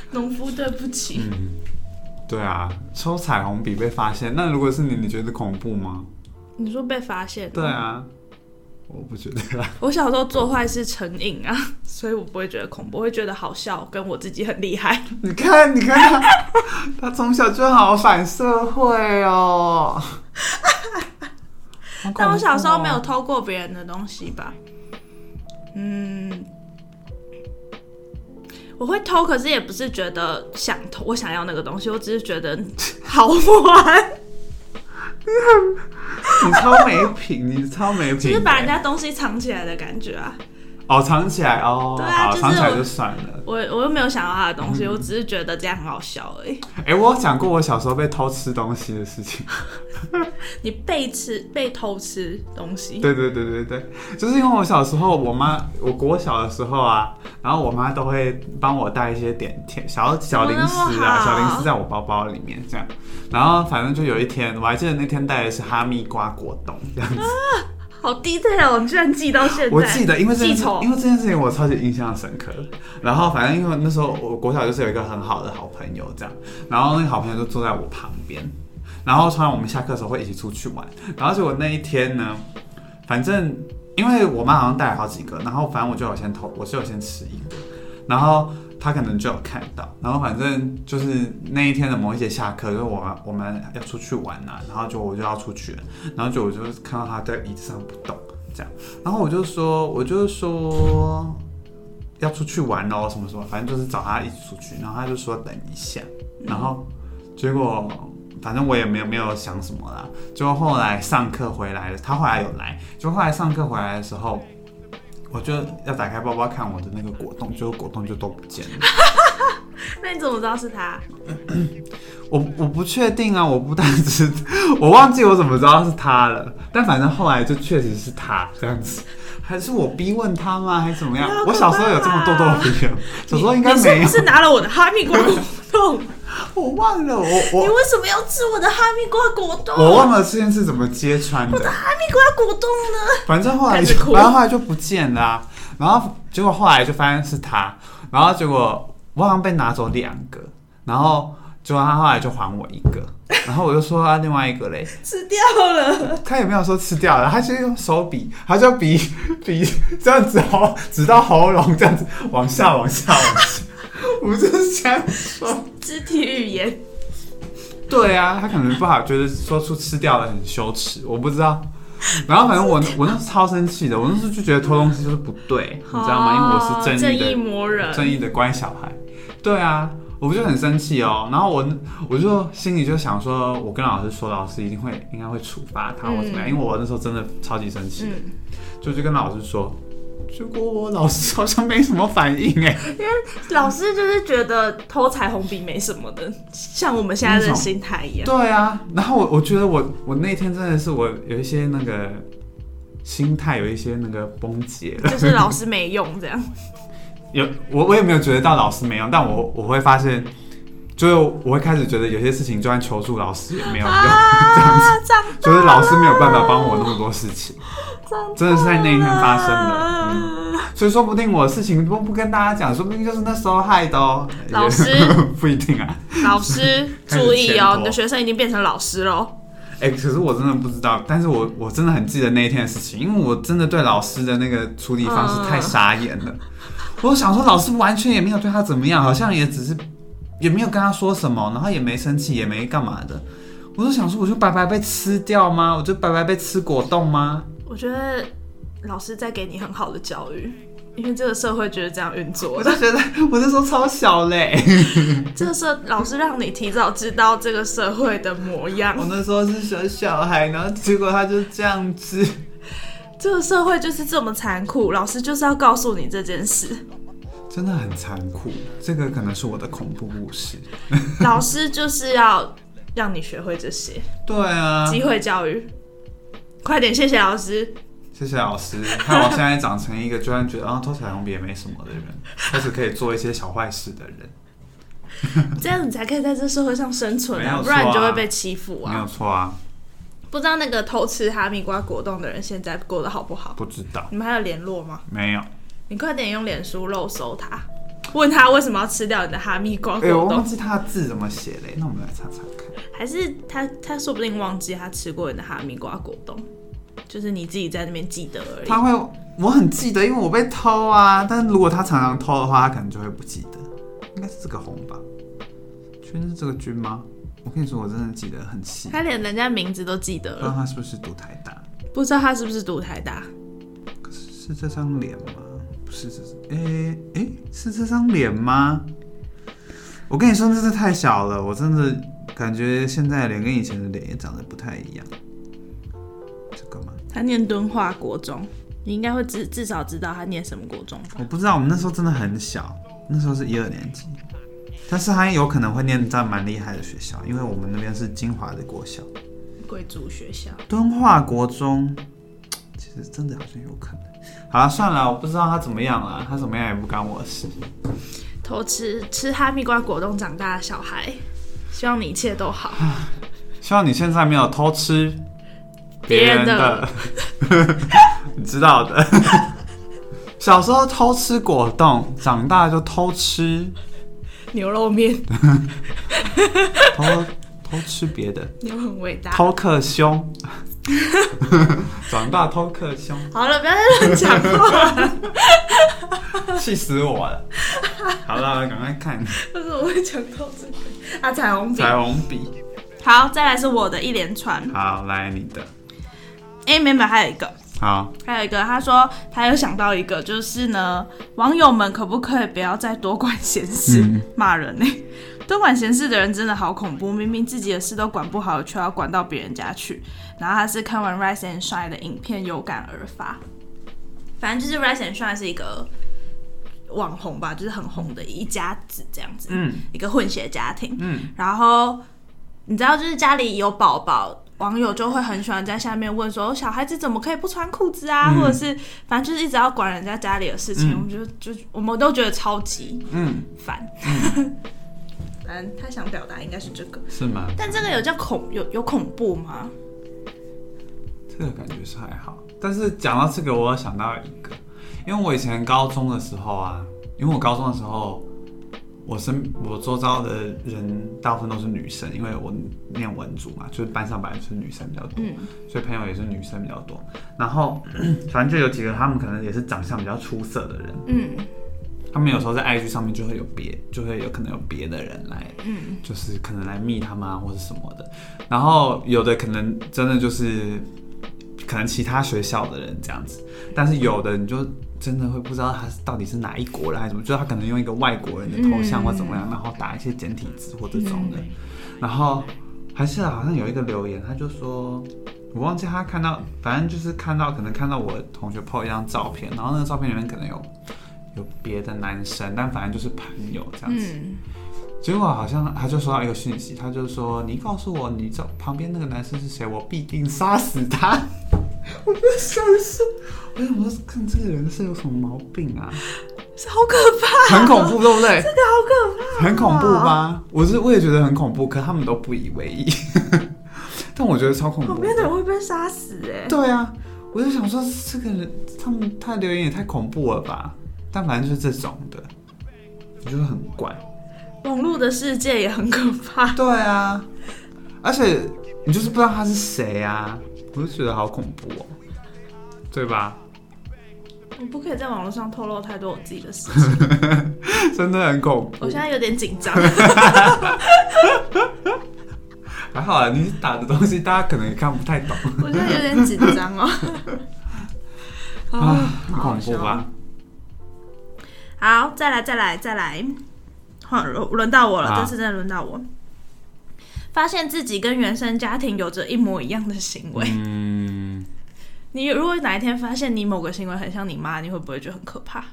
农夫，对不起。
嗯对啊，抽彩虹笔被发现，那如果是你，你觉得恐怖吗？
你说被发现？
对。啊，我不觉得啊啦。
我小时候做坏事成瘾啊，所以我不会觉得恐怖，我会觉得好笑，跟我自己很厉害。
你看，你看他， 他从小就好反社会 哦。好恐怖哦
但我小时候没有，偷过别人的东西吧？嗯，我会偷，可是也不是觉得想偷，我想要那个东西，我只是觉得好玩，
你超没品，你超没品的，
就是把人家东西藏起来的感觉啊。
哦藏起来哦，
对啊
好
就是
藏起来
我
就算了。
我我又没有想要他的东西，
嗯
我只是觉得这样很好笑而已。
哎、我有讲过我小时候被偷吃东西的事情。
你被吃被偷吃东西，
对对对对对，就是因为我小时候，我妈，我国小的时候啊，然后我妈都会帮我带一些点甜小小零
怎么那
食
么
啊，
好
小零食在我包包里面这样。然后反正就有一天，我还记得那天带的是哈密瓜果冻这样子。
好 detail，哦你居然记到现在。
我记得，因为这件
记
事
仇，
因为这件事情我超级印象深刻。然后反正因为那时候我国小就是有一个很好的好朋友这样，然后那个好朋友就坐在我旁边，然后常常我们下课的时候会一起出去玩。然后结果那一天呢，反正因为我妈好像带了好几个，然后反正我就有先偷，我就有先吃一个，然后。她可能就有看到，然后反正就是那一天的某一节下课，就是我们我们要出去玩呐、然后就我就要出去了，然后就我就看到她在椅子上不动这样，然后我就说，我就说要出去玩哦，什么什么，反正就是找他一起出去。然后他就说等一下，然后结果反正我也没有没有想什么啦。结果后来上课回来了，他后来有来，结果后来上课回来的时候，我就要打开包包看我的那个果冻，结果果冻就都不见了。
那你怎么知道是他？
我我不确定啊，我不但是我忘记我怎么知道是他了，但反正后来就确实是他这样子，还是我逼问他吗？还是怎么样
哎好？可怕啊啊
我小时候有这么咄咄逼人，小时候应该
你
没
是
有
不，是拿了我的哈密瓜果冻？
我忘了，我
你
我
为什么要吃我的哈密瓜果冻？
我忘了这件事怎么揭穿的，
哈密瓜果冻呢？
反正后来
开
就
始哭
反正后来就不见了啊、然后结果后来就发现是他，然后结果我好像被拿走两个，然后结果他后来就还我一个，然后我就说啊另外一个嘞。
吃掉了。
他也没有说吃掉了，他就用手比，他就比 比这样子哦，指到喉咙这样子往下往下往下，我就是这样说。
肢体语言，
对啊，他可能不好，觉得说出吃掉了很羞耻，我不知道。然后反正我我那时候超生气的，我那时候就觉得偷东西就是不对，你知道吗？因为我是
哦正
正义的
魔人，
正义的乖小孩。对啊，我不就很生气哦。然后我我就心里就想说，我跟老师说，老师一定会应该会处罚他或怎么样，
嗯
因为我那时候真的超级生气的，
嗯
就去跟老师说。结果我老师好像没什么反应哎，
老师就是觉得偷彩虹笔没什么的，像我们现在的心态一样。
对啊，然后我我觉得我我那天真的是我有一些那个心态有一些那个崩解 了，
就是老师没用这样，
有我我也没有觉得到老师没用，但我我会发现，就是我会开始觉得有些事情就算求助老师也没有用，这样子。
啊，这样
就是老师没有办法帮我那么多事情，真的是在那一天发生的，
的。
所以说不定我事情都不跟大家讲，说不定就是那时候害的哦。
老师
不一定啊，
老师
开始
注意
牵
哦
头，
你的学生已经变成老师喽。
哎、哎、可是我真的不知道，但是我我真的很记得那一天的事情，因为我真的对老师的那个处理方式太傻眼
嗯
了。我想说，老师完全也没有对他怎么样，好像也只是也没有跟他说什么，然后也没生气，也没干嘛的。我就想说，我就白白被吃掉吗？我就白白被吃果冻吗？
我觉得老师在给你很好的教育，因为这个社会就是这样运作
我
的。
就觉得我那时候超小嘞、
这个社老师让你提早知道这个社会的模样
我，那时候是小小孩，然后结果他就这样子。
这个社会就是这么残酷，老师就是要告诉你这件 事。
真的很残酷，这个可能是我的恐怖故事。
老师就是要让你学会这些
对啊，
机会教育。快点，谢谢老师。
谢谢老师，看我现在长成一个居然觉得啊偷彩虹笔也没什么的人，开始可以做一些小坏事的人，
这样你才可以在这社会上生存
没
啊，
有错啊
不然你就会被欺负
没有
啊。
错啊。
不知道那个偷吃哈密瓜果冻的人现在过得好不好？
不知道，
你们还有联络吗？
没有。
你快点用脸书肉搜他，问他为什么要吃掉你的哈密瓜
哎、
果
我
冻，
忘记他的字怎么写嘞，那我们来查查看。
还是他他说不定忘记他吃过你的哈密瓜果冻，就是你自己在那边记得而已。
他会，我很记得，因为我被偷啊。但如果他常常偷的话，他可能就会不记得。应该是这个红吧？圈是这个军吗？我跟你说，我真的记得很细，
他连人家名字都记得
不知道
了，
他是不是读台大。
不知道他是不是读台大？
是这张脸吗？不是这，诶、诶、是这张脸吗？我跟你说，真是太小了，我真的感觉现在的脸跟以前的脸也长得不太一样。这个吗？
他念敦化国中，你应该会至至少知道他念什么国中吧？
我不知道，我们那时候真的很小，那时候是一二年级，但是他有可能会念在蛮厉害的学校，因为我们那边是金华的国小，
贵族学校，
敦化国中，其实真的好像有可能。好了，算了，我不知道他怎么样了，他怎么样也不干我的事。
偷吃吃哈密瓜果冻长大的小孩，希望你一切都好。
希望你现在没有偷吃
别人的，
你知道的。 小时候偷吃果冻，长大就偷吃
牛肉 面，
偷偷吃别的，
你很伟大。
偷克胸。 长大偷克胸，
好了，不要再乱讲话了。
气死我了！好了，赶快看
为什么会讲到这个？啊，彩虹笔。
彩虹笔。
好，再来是我的一连串。
好，来你的。
哎、没有，没有，还有一个，
好，
还有一个，他说他有想到一个，就是呢，网友们可不可以不要再多管闲事
嗯
骂、人呢、 多管闲事的人真的好恐怖，明明自己的事都管不好，却要管到别人家去。然后他是看完《Rise and Shine》的影片有感而发，反正就是《Rise and Shine》是一个网红吧，就是很红的一家子这样子。
嗯
一个混血家庭，
嗯，
然后你知道，就是家里有宝宝，网友就会很喜欢在下面问说，哦小孩子怎么可以不穿裤子啊，
嗯
或者是反正就是一直要管人家家里的事情，
嗯
我们就就我们都觉得超级
嗯，
烦。嗯反正他想表达应该是这个，
是吗？
但这个有叫恐有有恐怖吗？
这个感觉是还好，但是讲到这个，我有想到一个，因为我以前高中的时候啊，因为我高中的时候，我身我周遭的人大部分都是女生，因为我念文组嘛，就是班上本来就是女生比较多，所以朋友也是女生比较多。然后 反正就有几个他们可能也是长相比较出色的人，
嗯
他们有时候在 IG 上面就会有别，就会有可能有别的人来，嗯，就是可能来密他们啊，或者什么的。然后有的可能真的就是，可能其他学校的人这样子，但是有的你就真的会不知道他是到底是哪一国人还是什么，就是他可能用一个外国人的头像或怎么样，然后打一些简体字或这种的。然后还是啊好像有一个留言，他就说。我忘记他看到，反正就是看到，可能看到我同学 po 一张照片，然后那个照片里面可能有有别的男生，但反正就是朋友这样子。
嗯，
结果好像他就收到一个讯息，他就说：“你告诉我你这旁边那个男生是谁，我必定杀死他。”我就想说，我想说，看这个人是有什么毛病啊？
是好可怕，
很恐怖，对不对？
这个好可怕，
很恐怖吧？我是我也觉得很恐怖，可他们都不以为意。 但我觉得超恐怖
旁。边的人会被杀死哎、
对啊，我就想说，这个人他们他留言也太恐怖了吧？但反正就是这种的，我觉得很怪。
网络的世界也很可怕，
对啊，而且你就是不知道他是谁啊，我就觉得好恐怖哦，对 吧？
我不可以在网络上透露太多我自己的事情，
真的很恐怖
我。现在有点紧 张。
还好啊，你打的东西大家可能也看不太懂，
我现在有点紧张哦。
啊
啊，
很恐怖吧？
好，再来，再来，再来，换轮轮到我了，
好
这次真的轮到我。发现自己跟原生家庭有着一模一样的行为，
嗯，
你如果哪一天发现你某个行为很像你妈，你会不会觉得很可怕？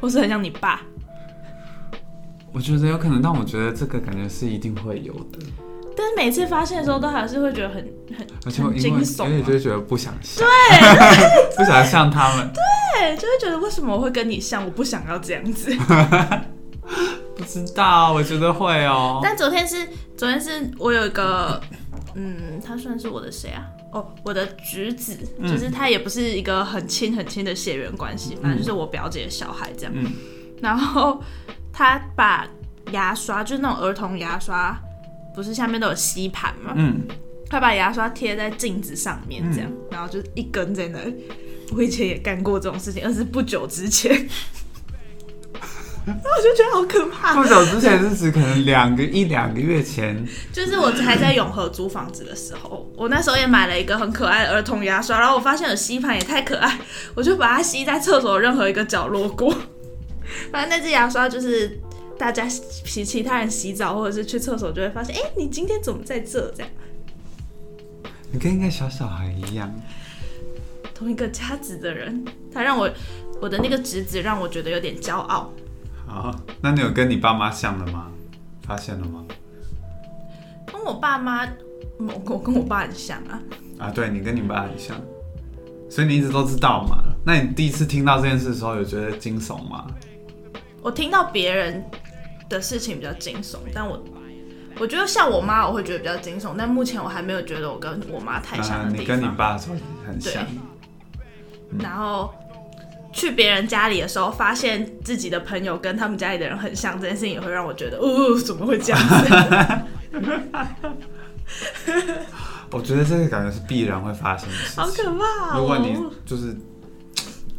或是很像你爸？
我觉得有可能，但我觉得这个感觉是一定会有的，
但是每次发现的时候，都还是会觉得很很
而且我
很
因为
惊
而且
悚、
就
啊，
会觉得不想像，对， 不想像他们，
对，就会觉得为什么我会跟你像，我不想要这样子。
不知道，我觉得会哦。
但昨天是昨天是我有一个，嗯，他算是我的谁啊？哦，我的侄子，
嗯
就是他也不是一个很亲很亲的血缘关系，反正就是我表姐的小孩这样。
嗯
然后他把牙刷，就是那种儿童牙刷，不是下面都有吸盘吗？
嗯，
他把牙刷贴在镜子上面，这样，然后就一根在那里。我以前也干过这种事情，而是不久之前。 然后我就觉得好可怕，
不久之前是指可能两个一两个月前，
就是我还在永和租房子的时候，我那时候也买了一个很可爱的儿童牙刷，然后我发现有吸盘也太可爱，我就把它吸在厕所任何一个角落过。 反正那只牙刷就是大家其其他人洗澡或者是去厕所就会发现，哎、你今天怎么在这？这样
你跟一个小小孩一样，
同一个家子的人，他让我我的那个侄子让我觉得有点骄傲。
好，那你有跟你爸妈像的吗？发现了吗？
跟我爸妈，嗯我我跟我爸很像啊，
啊，对你跟你爸很像，所以你一直都知道嘛。那你第一次听到这件事的时候，有觉得惊悚吗？
我听到别人的事情比较惊悚，但我我觉得像我妈，我会觉得比较惊悚，但目前我还没有觉得我跟我妈太像
啊，
的
你
地
跟
方。
你嗯爸说很像，
然后去别人家里的时候，发现自己的朋友跟他们家里的人很像，这件事情也会让我觉得，哦，怎么会这 样子？
我觉得这个感觉是必然会发生的事情。
好可怕、哦！
如果你就是，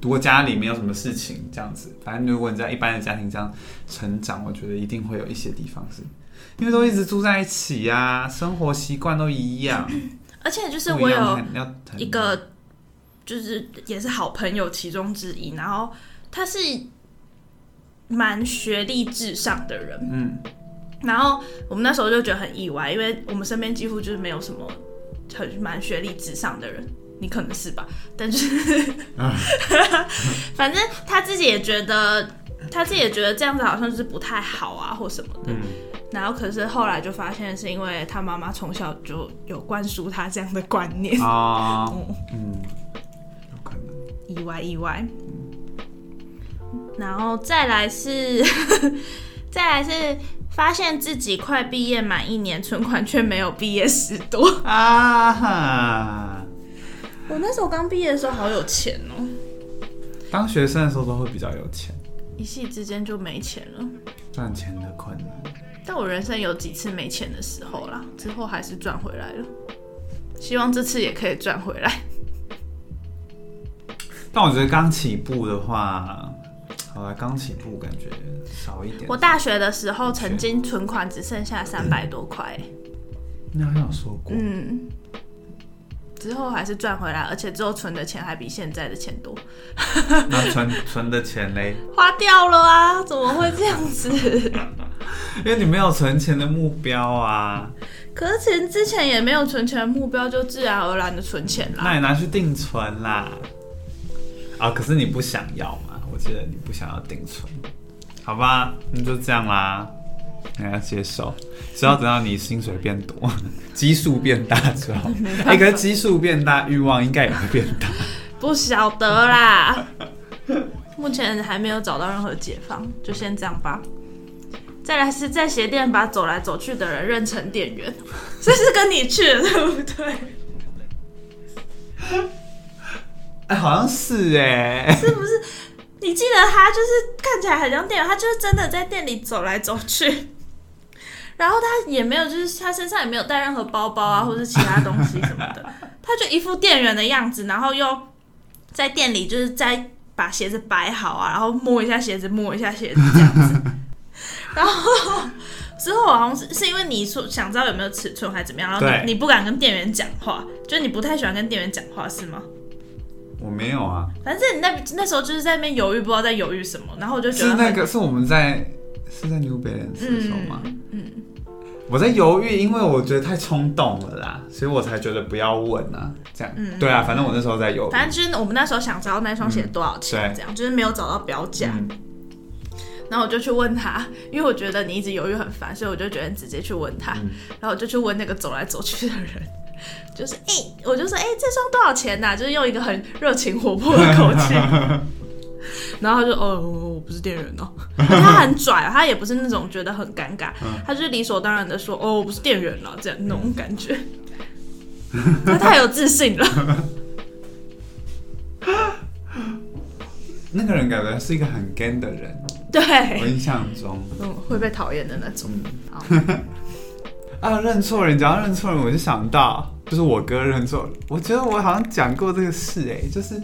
如果家里没有什么事情这样子，反正如果你在一般的家庭这样成长，我觉得一定会有一些地方是，因为都一直住在一起呀、生活习惯都一样。
而且 就是
不
我
一样
有
很要很
一个就是也是好朋友其中之一，然后他是蛮学历至上的人，
嗯，
然后我们那时候就觉得很意外，因为我们身边几乎就是没有什么很蛮学历至上的人。你可能是吧，但 就是，反正他自己也觉得，他自己也觉得这样子好像就是不太好啊，或什么的。
嗯
然后可是后来就发现是因为他妈妈从小就有灌输他这样的观念，
啊，嗯，有可能。
意外意外。然后再来是， 再来是发现自己快毕业满一年，存款却没有毕业时多。
啊哈！
我那时候刚毕业的时候好有钱哦、
当学生的时候都会比较有钱，
一夕之间就没钱了。
赚钱的困难。
但我人生有几次没钱的时候啦，之后还是赚回来了。希望这次也可以赚回来。
但我觉得刚起步的话，好了，刚起步感觉少一点。
我大学的时候曾经存款只剩下三百多块、
你好像有说过，
嗯，之后还是赚回来，而且之后存的钱还比现在的钱多，
那存存的钱嘞，
花掉了啊！怎么会这样子？
因为你没有存钱的目标啊，
可是其实之前也没有存钱的目标，就自然而然的存钱啦。
那你拿去定存啦。啊，可是你不想要嘛？我记得你不想要定存，好吧，那就这样啦。你要接受，只要等到你薪水变多， 基数变大 之后，哎、可是基数变大，欲望应该也会变大。
不晓得啦，目前还没有找到任何解放，就先这样吧。再来是在鞋店把走来走去的人认成店员，这是跟你去的对不对？
哎、好像是哎、
你记得他就是看起来很像店员，他就是真的在店里走来走去。然后他也没有，就是他身上也没有带任何包包啊，或者其他东西什么的，他就一副店员的样子，然后又在店里就是在把鞋子摆好啊，然后摸一下鞋子，摸一下鞋子这样子。然后之后好像是是因为你说想知道有没有尺寸还是怎么样，然后
对
你你不敢跟店员讲话，就是你不太喜欢跟店员讲话是吗？
我没有啊，
反正你那那时候就是在那边犹豫，不知道在犹豫什么，然后我就觉
是
得
那
很
个是我们在是在 New Balance 的时候吗？
嗯嗯，
我在犹豫，因为我觉得太冲动了啦，所以我才觉得不要问啊，这样。
嗯
对啊，反正我那时候在犹豫。
反正就是我们那时候想知道那双鞋多少钱
嗯，对
这样、就是没有找到标价。
嗯
然后我就去问他，因为我觉得你一直犹豫很烦，所以我就决定直接去问他。
嗯
然后我就去问那个走来走去的人， 就是哎、我就说哎、这双多少钱呐、就是用一个很热情活泼的口 气。然后他就哦，我不是店员哦， 他很拽、哦他也不是那种觉得很尴尬，
嗯
他就是理所当然的说哦，我不是店员了，这样那种感觉。 他太有自信 了，
那个人感觉是一个很 gay 的人，
对，
我印象中
嗯，会被讨厌的那种。好，
啊，认错人，讲到认错人，我就想到就是我哥认错人，我觉得我好像讲过这个事哎、就是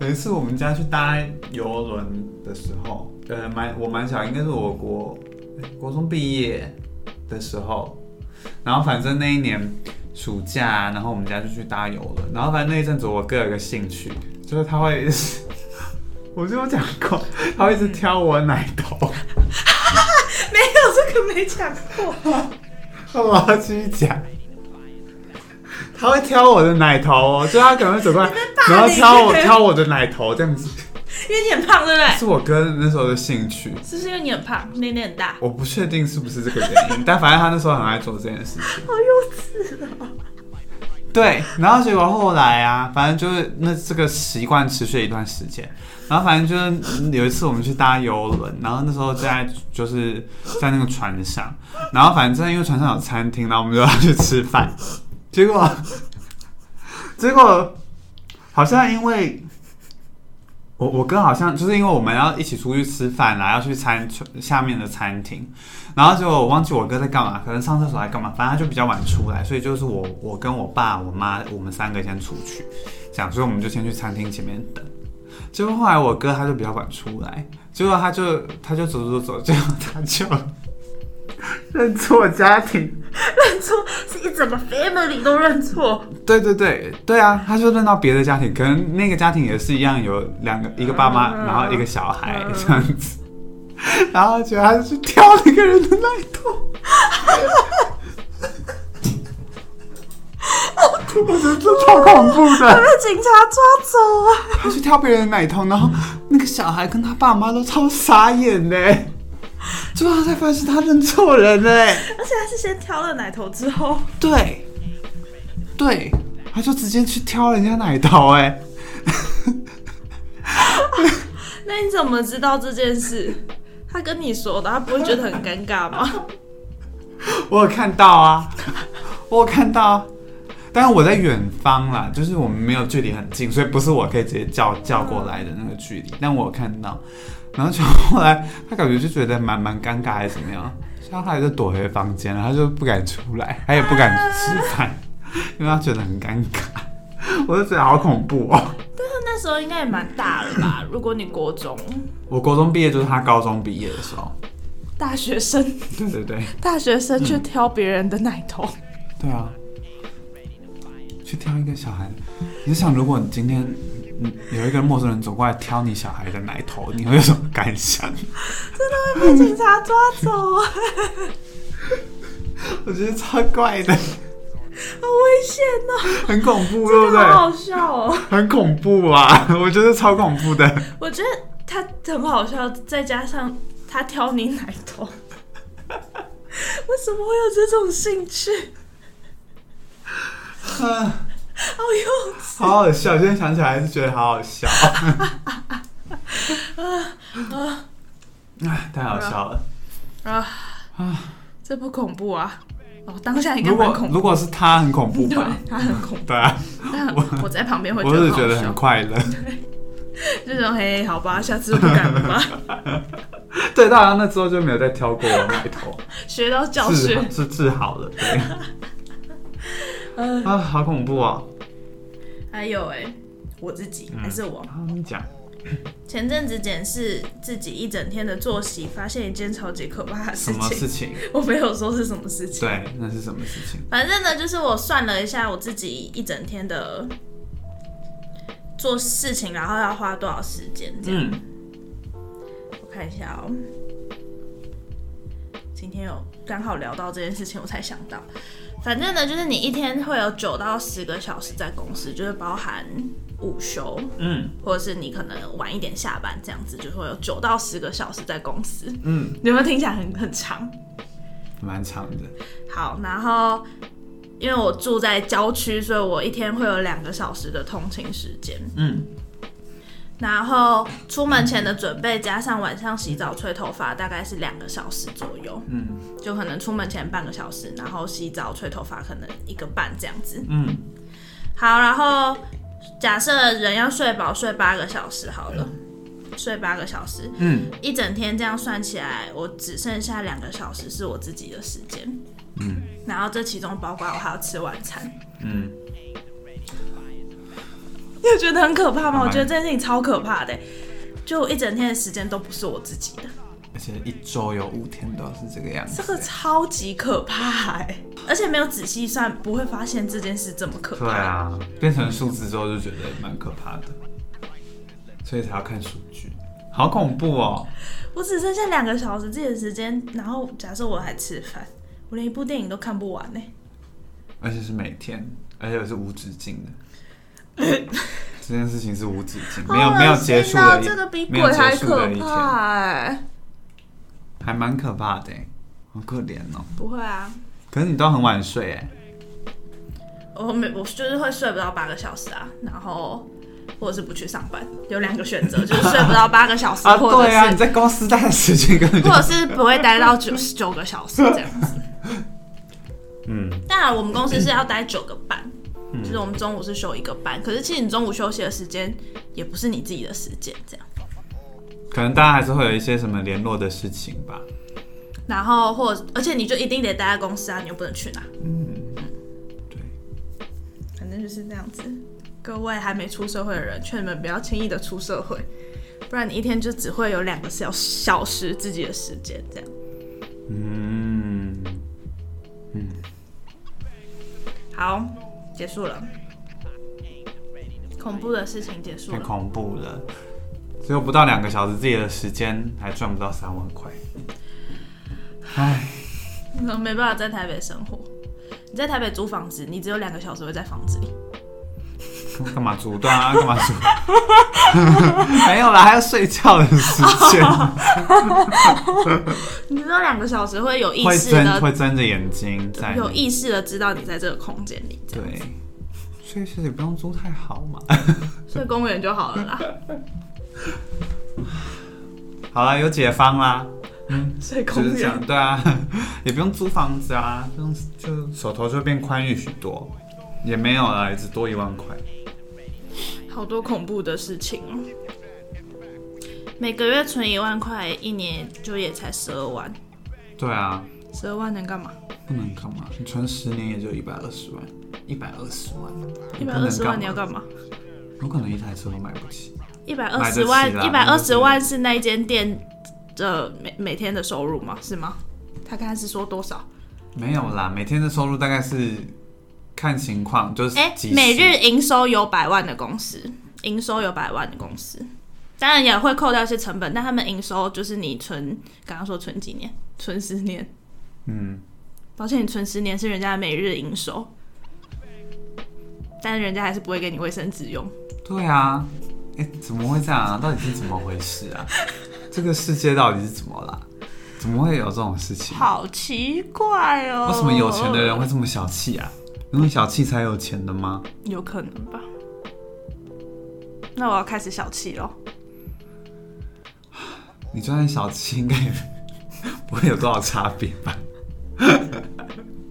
有一次我们家去搭游轮的时候，呃，蛮我蛮小，应该是我国哎国中毕业的时候，然后反正那一年暑假，然后我们家就去搭游轮，然后反正那一阵子我哥有个兴趣，就是他会 一直，我就有讲过，他会一直挑我奶头，
没有这个没讲过，
我要继续讲。他会挑我的奶头哦，就他可能会走过来，然后挑我挑我的奶头这样子，
因为你很胖，对不对？
是我哥那时候的兴趣。
是不是因为你很胖，内内很大？
我不确定是不是这个原因，但反正他那时候很爱做这件事情。
好幼稚哦！
对，然后结果后来啊，反正就是那这个习惯持续了一段时间，然后反正就是嗯有一次我们去搭游轮，然后那时候在就是在那个船上，然后反正因为船上有餐厅，然后我们就要去吃饭，结果结果好像因为。我我哥好像就是因为我们要一起出去吃饭啦，要去餐下面的餐厅，然后结果我忘记我哥在干嘛，可能上厕所还干嘛，反正他就比较晚出来，所以就是我我跟我爸我妈我们三个先出去，这样，所以我们就先去餐厅前面等。结果后来我哥他就比较晚出来，结果他就他就走走走，结果他就 认错家庭，
认错是一整个 family 都认错，
对对对对啊，他就认到别的家庭，可能那个家庭也是一样，有两个一个爸妈，然后一个小孩这样子， 然后觉得他就去挑那个人的那一头，我觉得这超恐怖的。
被警察抓走啊！
他去挑别人的奶头，然后那个小孩跟他爸妈都超傻眼呢、最后才发现他认错人了、欸。
而且他是先挑了奶头之后，
对，对，他就直接去挑人家奶头、哎，
那你怎么知道这件事？他跟你说的，他不会觉得很尴尬吗？
我有看到啊，我有看到、啊，但是我在远方啦，就是我们没有距离很近，所以不是我可以直接叫叫过来的那个距离，但我有看到，然后就后来他感觉就觉得蛮蛮尴尬还是怎么样，所以他后来就躲回房间了，他就不敢出来，他也不敢吃饭， 因为他觉得很尴尬，我就觉得好恐怖哦。
那那时候应该也蛮大了吧？ 如果你国中
我国中毕业就是他高中毕业的时候，
大学生，
对对对，
大学生去挑别人的奶头，
对啊，去挑一个小孩，你就想，如果你今天嗯有一个陌生人走过来挑你小孩的奶头，你会有什么感想？
被警察抓走啊！
我觉得超怪的，
好危险哦！
很恐怖，对不对？
好好笑哦！
很恐怖啊！我觉得超恐怖的。
我觉得他很好笑，再加上他挑你奶头， 为什么会有这种兴趣？
啊
好幼稚！
好好笑，现在想起来还是觉得好好笑。哎，太好笑了！
啊，这不恐怖啊！哦，当下应该
如
蛮
果
恐怖
如果是他，很恐怖
的，
吧？
对，他很恐怖，
对啊，
但我在旁边会觉
我
得
是
很好
觉得
笑
很快乐。
这种嘿，好吧，下次我不敢了吧？
对，到那之后就没有再挑过我奶头，
学到教训
治。治治好了， 对。
嗯
啊，好恐怖哦！
还有哎、我自己还是我、
啊，你讲，
前阵子检视自己一整天的作息，发现一件超级可怕的
什
事
么
情。
事情？
我没有说是什么事情，
对，那是什么事 情？
反正呢，就是我算了一下我自己一整天的做事情，然后要花多少时间这样。
嗯，
我看一下哦、今天有刚好聊到这件事情，我才想到。反正呢，就是你一天会有九到十个小时在公司，就是包含午休，
嗯，
或者是你可能晚一点下班这样子，就是会有九到十个小时在公司。
嗯，
有没有听起来很很长？
蛮长的。
好，然后因为我住在郊区，所以我一天会有两个小时的通勤时间。
嗯，
然后出门前的准备，加上晚上洗澡、吹头发，大概是两个小时左右。
嗯，
就可能出门前半个小时，然后洗澡、吹头发可能一个半这样子。
嗯，
好，然后假设人要睡饱睡八个小时好了，睡八个小时，
嗯，
一整天这样算起来，我只剩下两个小时是我自己的时间。
嗯，
然后这其中包括我还要吃晚餐。
嗯，
你有觉得很可怕吗？
蛮
我觉得这件事情超可怕的、欸就我一整天的时间都不是我自己的，
而且一周有五天都是这个样 子。
这个超级可怕哎、而且没有仔细算，不会发现这件事这么可
对
怕。
啊，变成数字之后就觉得蛮可怕的，所以才要看数据，好恐怖哦！
我只剩下两个小时自己的时间，然后假设我还吃饭，我连一部电影都看不完呢、欸
而且是每天，而且是无止境的。 这件事情是无止境，没有没有结束
好恶
的一，
心啊这个比
没有
鬼
结
还
束的
可
一天，
怕哎、
还蛮可怕的欸，好可怜哦。
不会啊，
可是你都很晚睡哎，
我每我就是会睡不到八个小时啊，然后或者是不去上班，有两个选择，就是睡不到八个小时，
啊
或者
对
是、
啊，你在公司待的时间根本就
或者是不会待到九九个小时这样子。
嗯
当然，我们公司是要待九个半，就是我们中午是休一个半，可是其实你中午休息的时间也不是你自己的时间这样。
可能大家还是会有一些什么联络的事情吧。
然后或者而且你就一定得待在公司啊，你又不能去哪，
嗯对，
反正就是这样子。各位还没出社会的人，劝你们不要轻易的出社会，不然你一天就只会有两个小小时自己的时间这样。
嗯，
好，结束了。恐怖的事情结束
太
了，
恐怖了，只有不到两个小时自己的时间，还赚不到三万块。唉，
你没办法在台北生活。你在台北租房子，你只有两个小时会在房子里。
干嘛阻 断啊？干嘛阻？ 没有啦，还要睡觉的时 间，
哦你只有两个小时会有意
会
识
睁
的、
会睁着眼睛在
有意识的知道你在这个空间里，这样
对，所以其实也不用租太好嘛。
所以公园就好了啦。
好了，有解放啦，
所以
就
公
是这
园
样，对啊， 也不用租房子啊，不用就手头就变宽裕许多，也没有啦，也只多一万块。
好多恐怖的事情哦。每个月存一万块，一年就也才十二万，
对啊，
十二万能干嘛？
不能干嘛？你存十年也就一百二十万，一百二十万，
一
不
百
能
二十万你要
嘛？
干嘛？
有可能一台车都买不起。
一百二
买得
十
起
万，
啦
一百二十万是那一间店的每每天的收入吗？是吗？他刚才是说多少？
没有啦，每天的收入大概是看情况，就是
哎、
几十
每日营收有百万的公司，营收有百万的公司，当然也会扣掉一些成本，但他们营收就是你存，刚刚说存几年？存十年。
嗯，
抱歉，你存十年是人家的每日营收，但是人家还是不会给你卫生纸用。
对啊，哎、怎么会这样啊？到底是怎么回事啊？这个世界到底是怎么啦？怎么会有这种事情？
好奇怪哦！
为什么有钱的人会这么小气啊？因为小气才有钱的吗？
有可能吧？那我要开始小气喽。
你就算小气，应该 也不会有多少差别吧？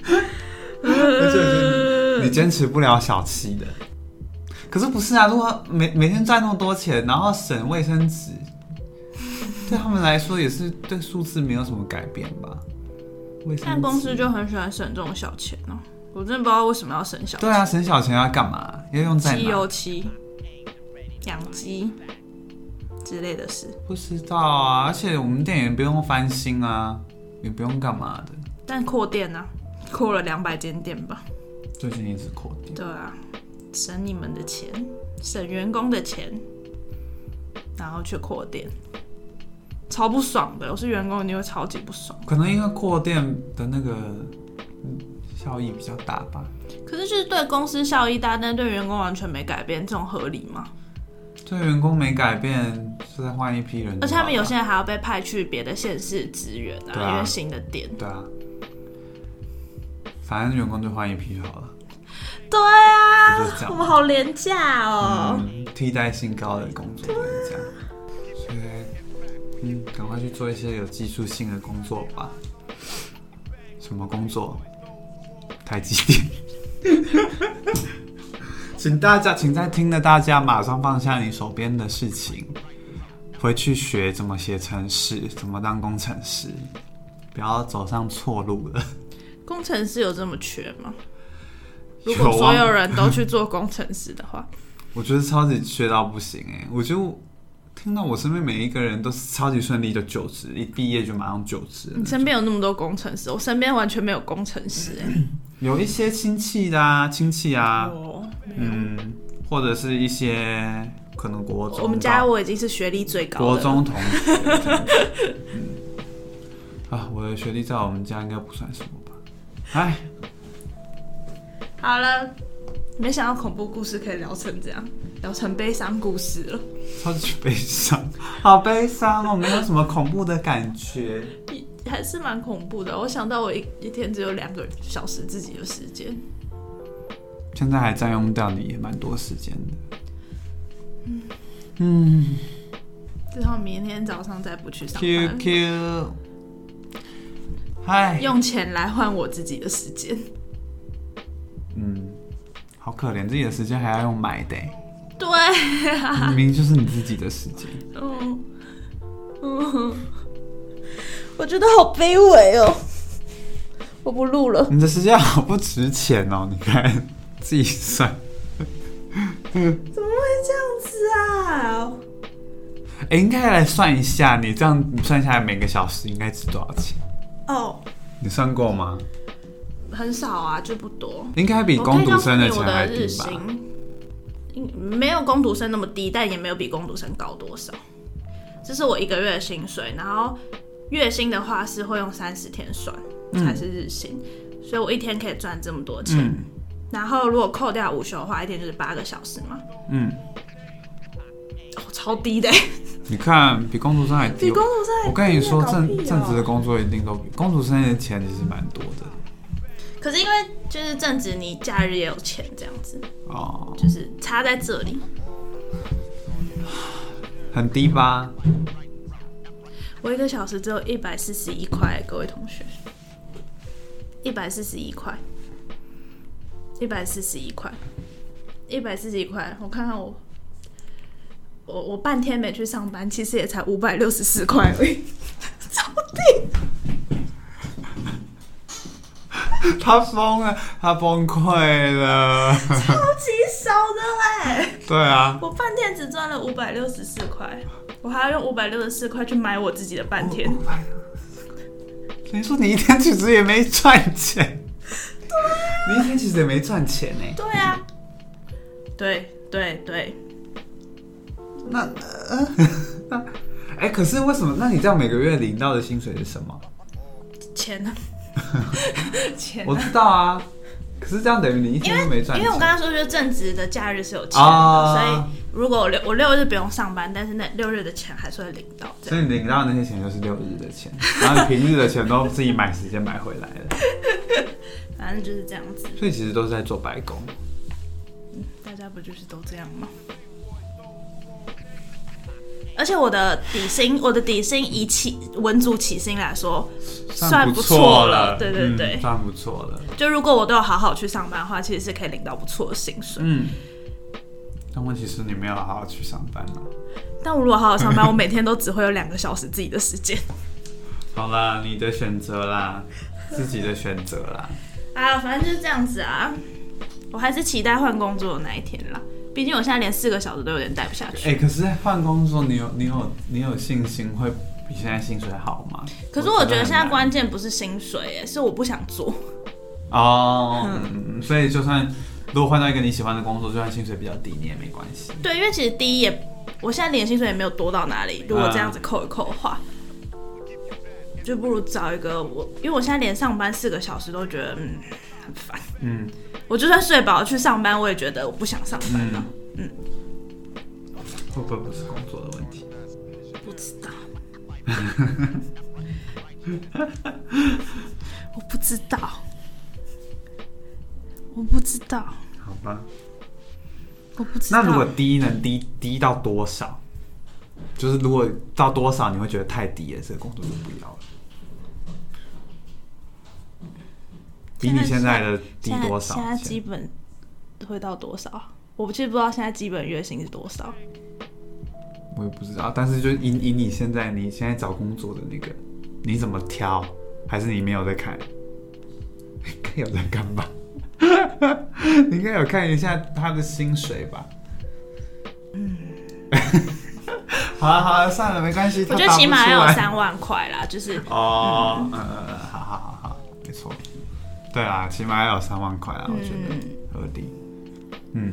而且是你坚持不了小气的。可是不是啊？如果每每天赚那么多钱，然后省卫生纸，对他们来说也是对数字没有什么改变吧？卫生
但公司
纸
就很喜欢省这种小钱哦、我真的不知道为什么要省小
对啊，省小钱要干嘛？要用在
钱，机
哪？
油漆、养鸡之类的事。
不知道啊，而且我们店也不用翻新啊，也不用干嘛的。
但扩店呢、啊，扩了两百间店吧？
最近一直扩店，
对啊，省你们的钱，省员工的钱，然后去扩店，超不爽的。我是员工，一定会超级不爽。
可能因为扩店的那个嗯效益比较大吧。
可是就是对公司效益大，但对员工完全没改变，这种合理吗？
对员工没改变，就再换一批人就好了。
而且他们有些人还要被派去别的县市支援
对
啊，
啊
因为新的店。
对啊，反正员工就换一批就好了。
对啊
就是这样
我们好廉价哦。
嗯，替代性高的工作就是这样。所以，嗯，赶快去做一些有技术性的工作吧。什么工作？台积电。请大家，请在听的大家马上放下你手边的事情，回去学怎么写程式，怎么当工程师，不要走上错路了。
工程师有这么缺吗？
有
如
啊
果所有嗯人都去做工程师的话，
我觉得超级缺到不行哎、我就听到我身边每一个人都是超级顺利就就职，一毕业就马上就职了
你。身边有那么多工程师，我身边完全没有工程师哎、
有一些亲戚的啊，亲戚啊，
哦，
嗯，或者是一些可能国中吧，
我们家我已经是学历最高的了
国中同学这样子，嗯，啊，我的学历在我们家应该不算什么吧？哎，
好了，没想到恐怖故事可以聊成这样，聊成悲伤故事了。
超级悲伤，好悲伤哦，没有什么恐怖的感觉。
也还是蛮恐怖的。我想到我一一天只有两个小时自己的时间，
现在还占用掉你也蛮多时间的。嗯
最后明天早上再不去上班，
，QQ，嗨，
用钱来换我自己的时间。
嗯，好可怜，自己的时间还要用买的欸、
对，啊
明明就是你自己的时间。
嗯嗯，我觉得好卑微哦。我不录了，
你的时间好不值钱哦，你看自己算。
怎么会这样子啊？
哎、应该来算一下，你这样算下来每个小时应该值多少钱？
哦，
你算过吗？
很少啊，就不多。
应该比
我
工
可以
读
告诉
生
你
钱
我
还
的
低
日
吧？
薪，应没有工读生那么低，但也没有比工读生高多少。这是我一个月的薪水，然后月薪的话是会用三十天算才是日薪，所以我一天可以赚这么多钱。
嗯
然后如果扣掉午休的话，一天就是八个小时嘛，
嗯，
哦，超低 的，
你看比工读生还低
比
哦。
工读生还低
我跟你说，
搞
正
屁哦
正职的工作一定都比公主生的钱其实蛮多的
可是因为就是正值你假日也有钱这样子，
哦，
就是差在这里。
很低吧？
我一个小时只有一百四十一块，各位同学，一百四十一块，一百四十一块，一百四十一块。我看看我，我我半天没去上班，其实也才五百六十四块而已， 超低。
他疯了，他崩溃了。
超级少的嘞！
对啊，
我半天只赚了五百六十四块，我还要用五百六十四块去买我自己的半天。
你说你一天其实也没赚钱，
啊
你一天其实也没赚钱欸呢、
对啊，对对对，
那呃， 那哎、可是为什么？那你这样每个月领到的薪水是什 么？
钱呢？钱呢？
我知道啊，可是这样等于你一天都没赚
因
钱。
为我刚刚说，就是正职的假日是有钱的，
啊
所以如果我六我六日不用上班，但是那六日的钱还是会领到。这
所
样
以你领到的那些钱就是六日的钱，然后你平日的钱都自己买时间买回来了。
反正就是这样子，
所以其实都是在做白工。
大家不就是都这样吗？而且我的底薪，我的底薪以起文组起薪来说，算不错了。对对对
嗯，算不错了，
就如果我都有好好去上班的话，其实是可以
嗯
领到不错的薪水。
嗯。但问题是你没有好好去上班了，
但我如果好好上班，我每天都只会有两个小时自己的时间。
好啦，你的选择 啦，自己的选择啦。
啊，反正就是这样子啊。我还是期待换工作的那一天啦，毕竟我现在连四个小时都有点待不下去。
哎、可是换工作，你有你有你有信心会比现在薪水好吗？
可是我觉得现在
很难
关键不是薪水，哎，是我不想做。
哦，嗯所以就算如果换到一个你喜欢的工作，就算薪水比较低，你也没关系。
对，因为其实第一也，我现在年薪水也没有多到哪里，如果这样
嗯
子扣一扣的话，就不如找一个我，因为我现在连上班四个小时都觉得嗯很烦，
嗯
我就算睡饱去上班，我也觉得我不想上班了
嗯，会不会不是工作的问题？嗯
不知 道。我不知道，我不知道，
好吧，
我不知道。
那如果低能低低到多少？就是如果到多少你会觉得太低了，这个工作就不要了。比你现在的低
现在
多少？
现在基本会到多少？我其实不知道现在基本月薪是多少。
我也不知道，但是就以以你现在你现在找工作的那个，你怎么挑？还是你没有在看？应该有在干嘛？你应该有看一下他的薪水吧？嗯，好了好了，算了，没关系。
我觉
他
得
答
起码
不出
要有
来
三万块啦，就是
哦，嗯嗯嗯，好好好好，没错。对啦，起码要有三万块啦，我觉得合理。嗯，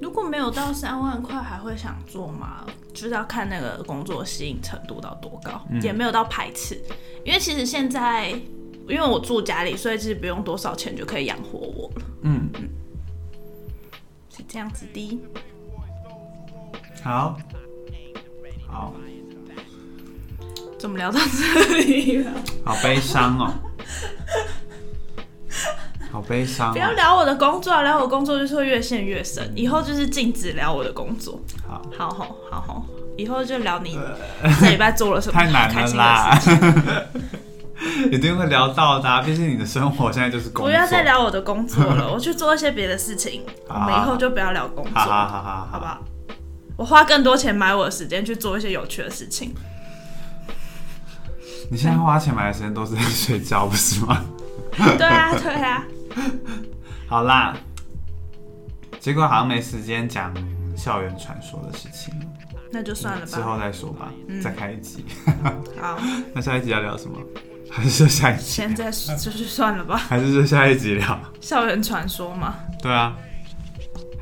如果没有到三万块，还会想做吗？就是要看那个工作吸引程度到多高，也没有到排斥。因为其实现在，因为我住家里，所以其实不用多少钱就可以养活我了，
嗯，
是这样子的。
好，好，
怎么聊到这里了？
好悲 伤哦，好悲伤、哦。
不要聊我的工作啊，聊我工作就是会越陷越深，以后就是禁止聊我的工作。
好，呃
好好好好，以后就聊你这礼拜做了什么
太难
开
了
心的事
啦
情。，
一定会聊到的、啊。毕竟你的生活现在就是工作。
不要再。聊我的工作 了，我去做一些别的事情。我
好
们以后就不要聊工作，
好好
好
好好
不
好，
好？我花更多钱买我的时间去做一些有趣的事情。
你现在花钱买的时间都是在睡觉，不是吗？
对啊，对啊，
好啦，结果好像没时间讲校园传说的事情，
那就算了
之后
吧。嗯
再说吧，再开一集。
好，
那下一集要聊什么？ 还是就下一集？
现 在就是算了吧。
还是就下一集聊？
校园传说嘛，
对啊，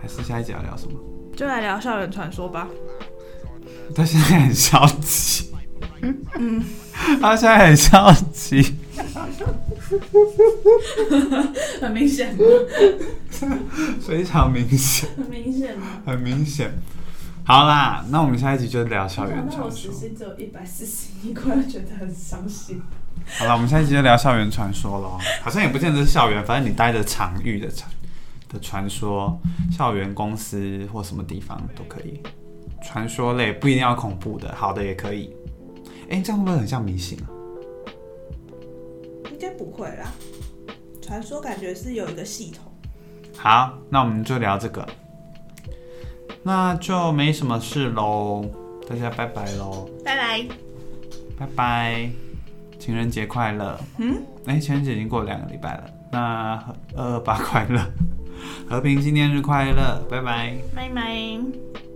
还是下一集要聊什么？
就来聊校园传说吧。
他现在很消极，嗯，他现在很消极。
很明显，
非常明显，
很明显吗？
很明显。好啦，那我们下一集就聊校园传说。
只有一百四十一块，觉得很伤心。
好了，我们下一集就聊校园传说咯。好像也不见得是校园，反正你待的场域的传的传说，校园公司或什么地方都可以。传说类不一定要恐怖的，好的也可以。哎、这样会不会很像迷信啊？
应该不会啦，传说感觉是有一个系统。
好，那我们就聊这个，那就没什么事喽，大家拜拜喽，
拜拜。
拜拜，情人节快乐。
嗯，
哎、情人节已经过两个礼拜了，那呃二二八快乐，和平纪念日快乐，拜拜。
拜拜。